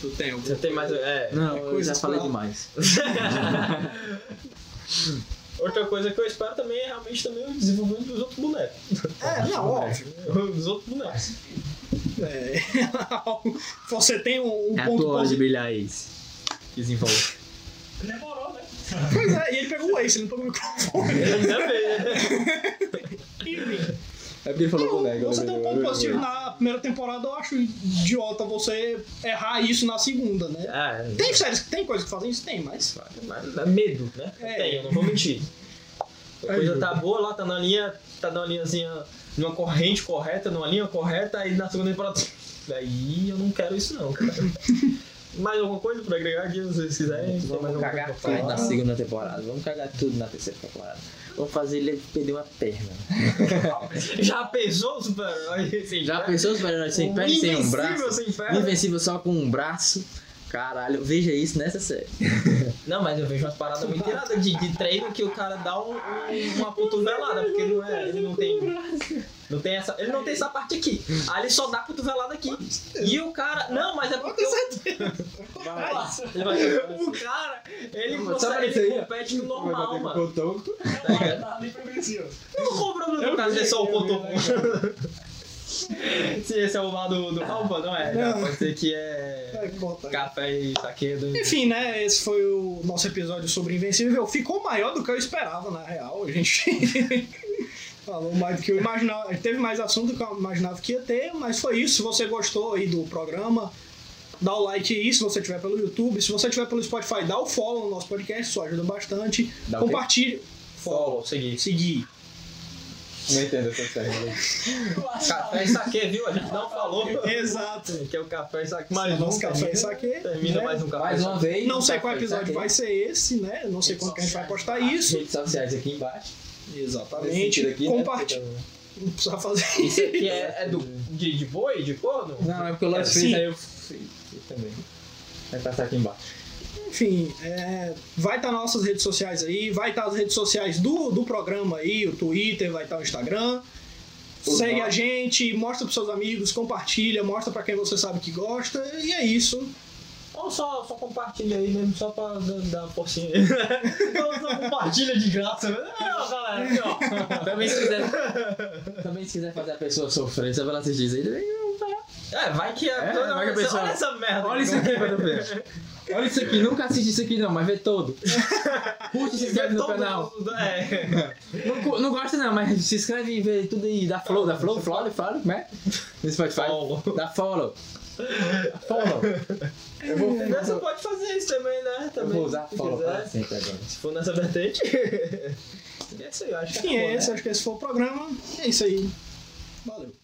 Speaker 3: Tu tem
Speaker 8: Você tem mais. É.
Speaker 4: Não, eu
Speaker 3: coisa
Speaker 4: já falei
Speaker 3: pra-
Speaker 4: demais.
Speaker 8: Outra coisa que eu espero também é realmente também o desenvolvimento dos outros bonecos.
Speaker 3: É, não, óbvio.
Speaker 8: Dos outros bonecos.
Speaker 3: É. você tem um, um
Speaker 4: É a
Speaker 3: ponto
Speaker 4: tua hora de
Speaker 3: positivo.
Speaker 4: brilhar, Ace. Desenvolve.
Speaker 7: Demorou, né?
Speaker 3: Pois é, e ele pegou o Ace, ele não pegou o microfone.
Speaker 8: Ainda bem, né?
Speaker 3: Enfim.
Speaker 6: É porque ele falou boneco.
Speaker 4: né?
Speaker 3: Você tem um ponto positivo na primeira temporada, eu acho idiota você errar isso na segunda, né?
Speaker 8: Ah,
Speaker 3: Tem séries que tem coisas que fazem isso? Tem, mas.
Speaker 8: mas dá medo, né?
Speaker 3: É.
Speaker 8: Tem, eu não vou mentir. A coisa tá boa lá, tá na linha, tá na linhazinha, numa corrente correta, numa linha correta, aí na segunda temporada. Daí eu não quero isso não, cara. mais alguma coisa pra agregar aqui, se vocês quiserem? Tem mais
Speaker 4: Vamos
Speaker 8: alguma
Speaker 4: cagar
Speaker 8: coisa
Speaker 4: tudo
Speaker 8: pra
Speaker 4: na
Speaker 8: falar?
Speaker 4: segunda temporada. Vamos cagar tudo na terceira temporada. Vamos fazer ele perder uma perna.
Speaker 8: Já pensou, super-herói? Sim,
Speaker 4: Já
Speaker 8: né?
Speaker 4: pensou os melhores sem perna e sem um
Speaker 8: Invencível
Speaker 4: braço?
Speaker 8: sem perna.
Speaker 4: Invencível só com um braço. Caralho, veja isso nessa série.
Speaker 8: Não, mas eu vejo umas paradas muito iradas de, de treino que o cara dá um, um- uma cotovelada, porque não é, ele não tem. Não tem essa. Ele não tem essa parte aqui. Aí ele só dá cotovelada aqui. E o cara. Não, mas é porque. o- Ele vai- O cara, ele,
Speaker 6: Mas sabe
Speaker 8: consegue,
Speaker 6: isso
Speaker 8: ele
Speaker 6: aí, ó?
Speaker 8: compete no normal, mano.
Speaker 7: Tá ligado? Tá ali pra vencer.
Speaker 8: Não vou comprar o meu caso, é só o ponto.
Speaker 6: né?
Speaker 8: Se esse é o lado do, do Alba, não é?
Speaker 3: Não.
Speaker 8: Pode ser que é.
Speaker 3: Vai botar.
Speaker 8: Café e saque do.
Speaker 3: Enfim, né? Esse foi o nosso episódio sobre Invencível. Ficou maior do que eu esperava, na real. A gente falou mais do que eu imaginava. Teve mais assunto do que eu imaginava que ia ter, mas foi isso. Se você gostou aí do programa, dá o like aí se você tiver pelo YouTube. Se você tiver pelo Spotify, dá o follow no nosso podcast, isso ajuda bastante.
Speaker 4: Dá o quê?
Speaker 3: Compartilhe.
Speaker 8: Follow, seguir.
Speaker 3: Seguir.
Speaker 6: Não entendo essa série.
Speaker 8: Café e saque, viu? A gente não falou
Speaker 3: Exato.
Speaker 8: que é o café e saque.
Speaker 3: Mais um café isso
Speaker 8: saque.
Speaker 3: aqui.
Speaker 8: Termina mais um café
Speaker 6: Mais
Speaker 8: e
Speaker 6: uma
Speaker 8: saque.
Speaker 6: vez.
Speaker 3: Não sei
Speaker 6: tá
Speaker 3: qual
Speaker 6: feito
Speaker 3: episódio
Speaker 6: aqui.
Speaker 3: vai ser esse, né? Não sei quando que a gente vai postar isso.
Speaker 6: Redes sociais aqui embaixo. Nesse
Speaker 3: Exatamente.
Speaker 6: sentido aqui, né?
Speaker 3: Compartilha. Não precisa fazer.
Speaker 8: Isso aqui é, é do,
Speaker 6: um.
Speaker 8: de, de boi? De corno?
Speaker 6: Não, é porque o Lance
Speaker 3: Sim.
Speaker 6: fez, aí eu fiz eu também. Vai passar aqui embaixo.
Speaker 3: Enfim, é, vai estar nas nossas redes sociais aí, vai estar as redes sociais do, do programa aí, o Twitter, vai estar o Instagram. Segue a gente, mostra pros seus amigos, compartilha, mostra pra quem você sabe que gosta, e é isso.
Speaker 8: Ou Então só, só compartilha aí mesmo, só pra dar, dar uma forcinha aí. Ou só compartilha de graça. É, ó, galera, aqui, ó.
Speaker 6: Também se quiser, também se quiser fazer a pessoa sofrer, só pra ela se dizer.
Speaker 8: É, vai que a,
Speaker 6: É,
Speaker 8: toda
Speaker 6: vai que
Speaker 8: pessoa-
Speaker 6: a pessoa-
Speaker 8: Olha essa merda.
Speaker 6: Olha isso aqui, Pedro Olha isso aqui, nunca assiste isso aqui não, mas vê todo. Curte e se inscreve no
Speaker 8: Todo
Speaker 6: canal.
Speaker 8: mundo- É.
Speaker 6: Não, cu- não gosta não, mas se inscreve e vê tudo aí. Dá flow, dá flow, flow, flow, como é? No Spotify.
Speaker 8: Follow.
Speaker 6: Dá follow. Dá Follow. Eu vou,
Speaker 8: Você pode fazer isso também, né?
Speaker 6: eu
Speaker 8: Também,
Speaker 6: vou usar
Speaker 8: se
Speaker 6: follow
Speaker 8: quiser.
Speaker 6: pra sempre agora.
Speaker 8: Se for nessa vertente. E é isso aí, eu acho que
Speaker 3: Enfim,
Speaker 8: acabou,
Speaker 3: é esse,
Speaker 8: né?
Speaker 3: acho que esse foi o programa. É isso aí. Valeu.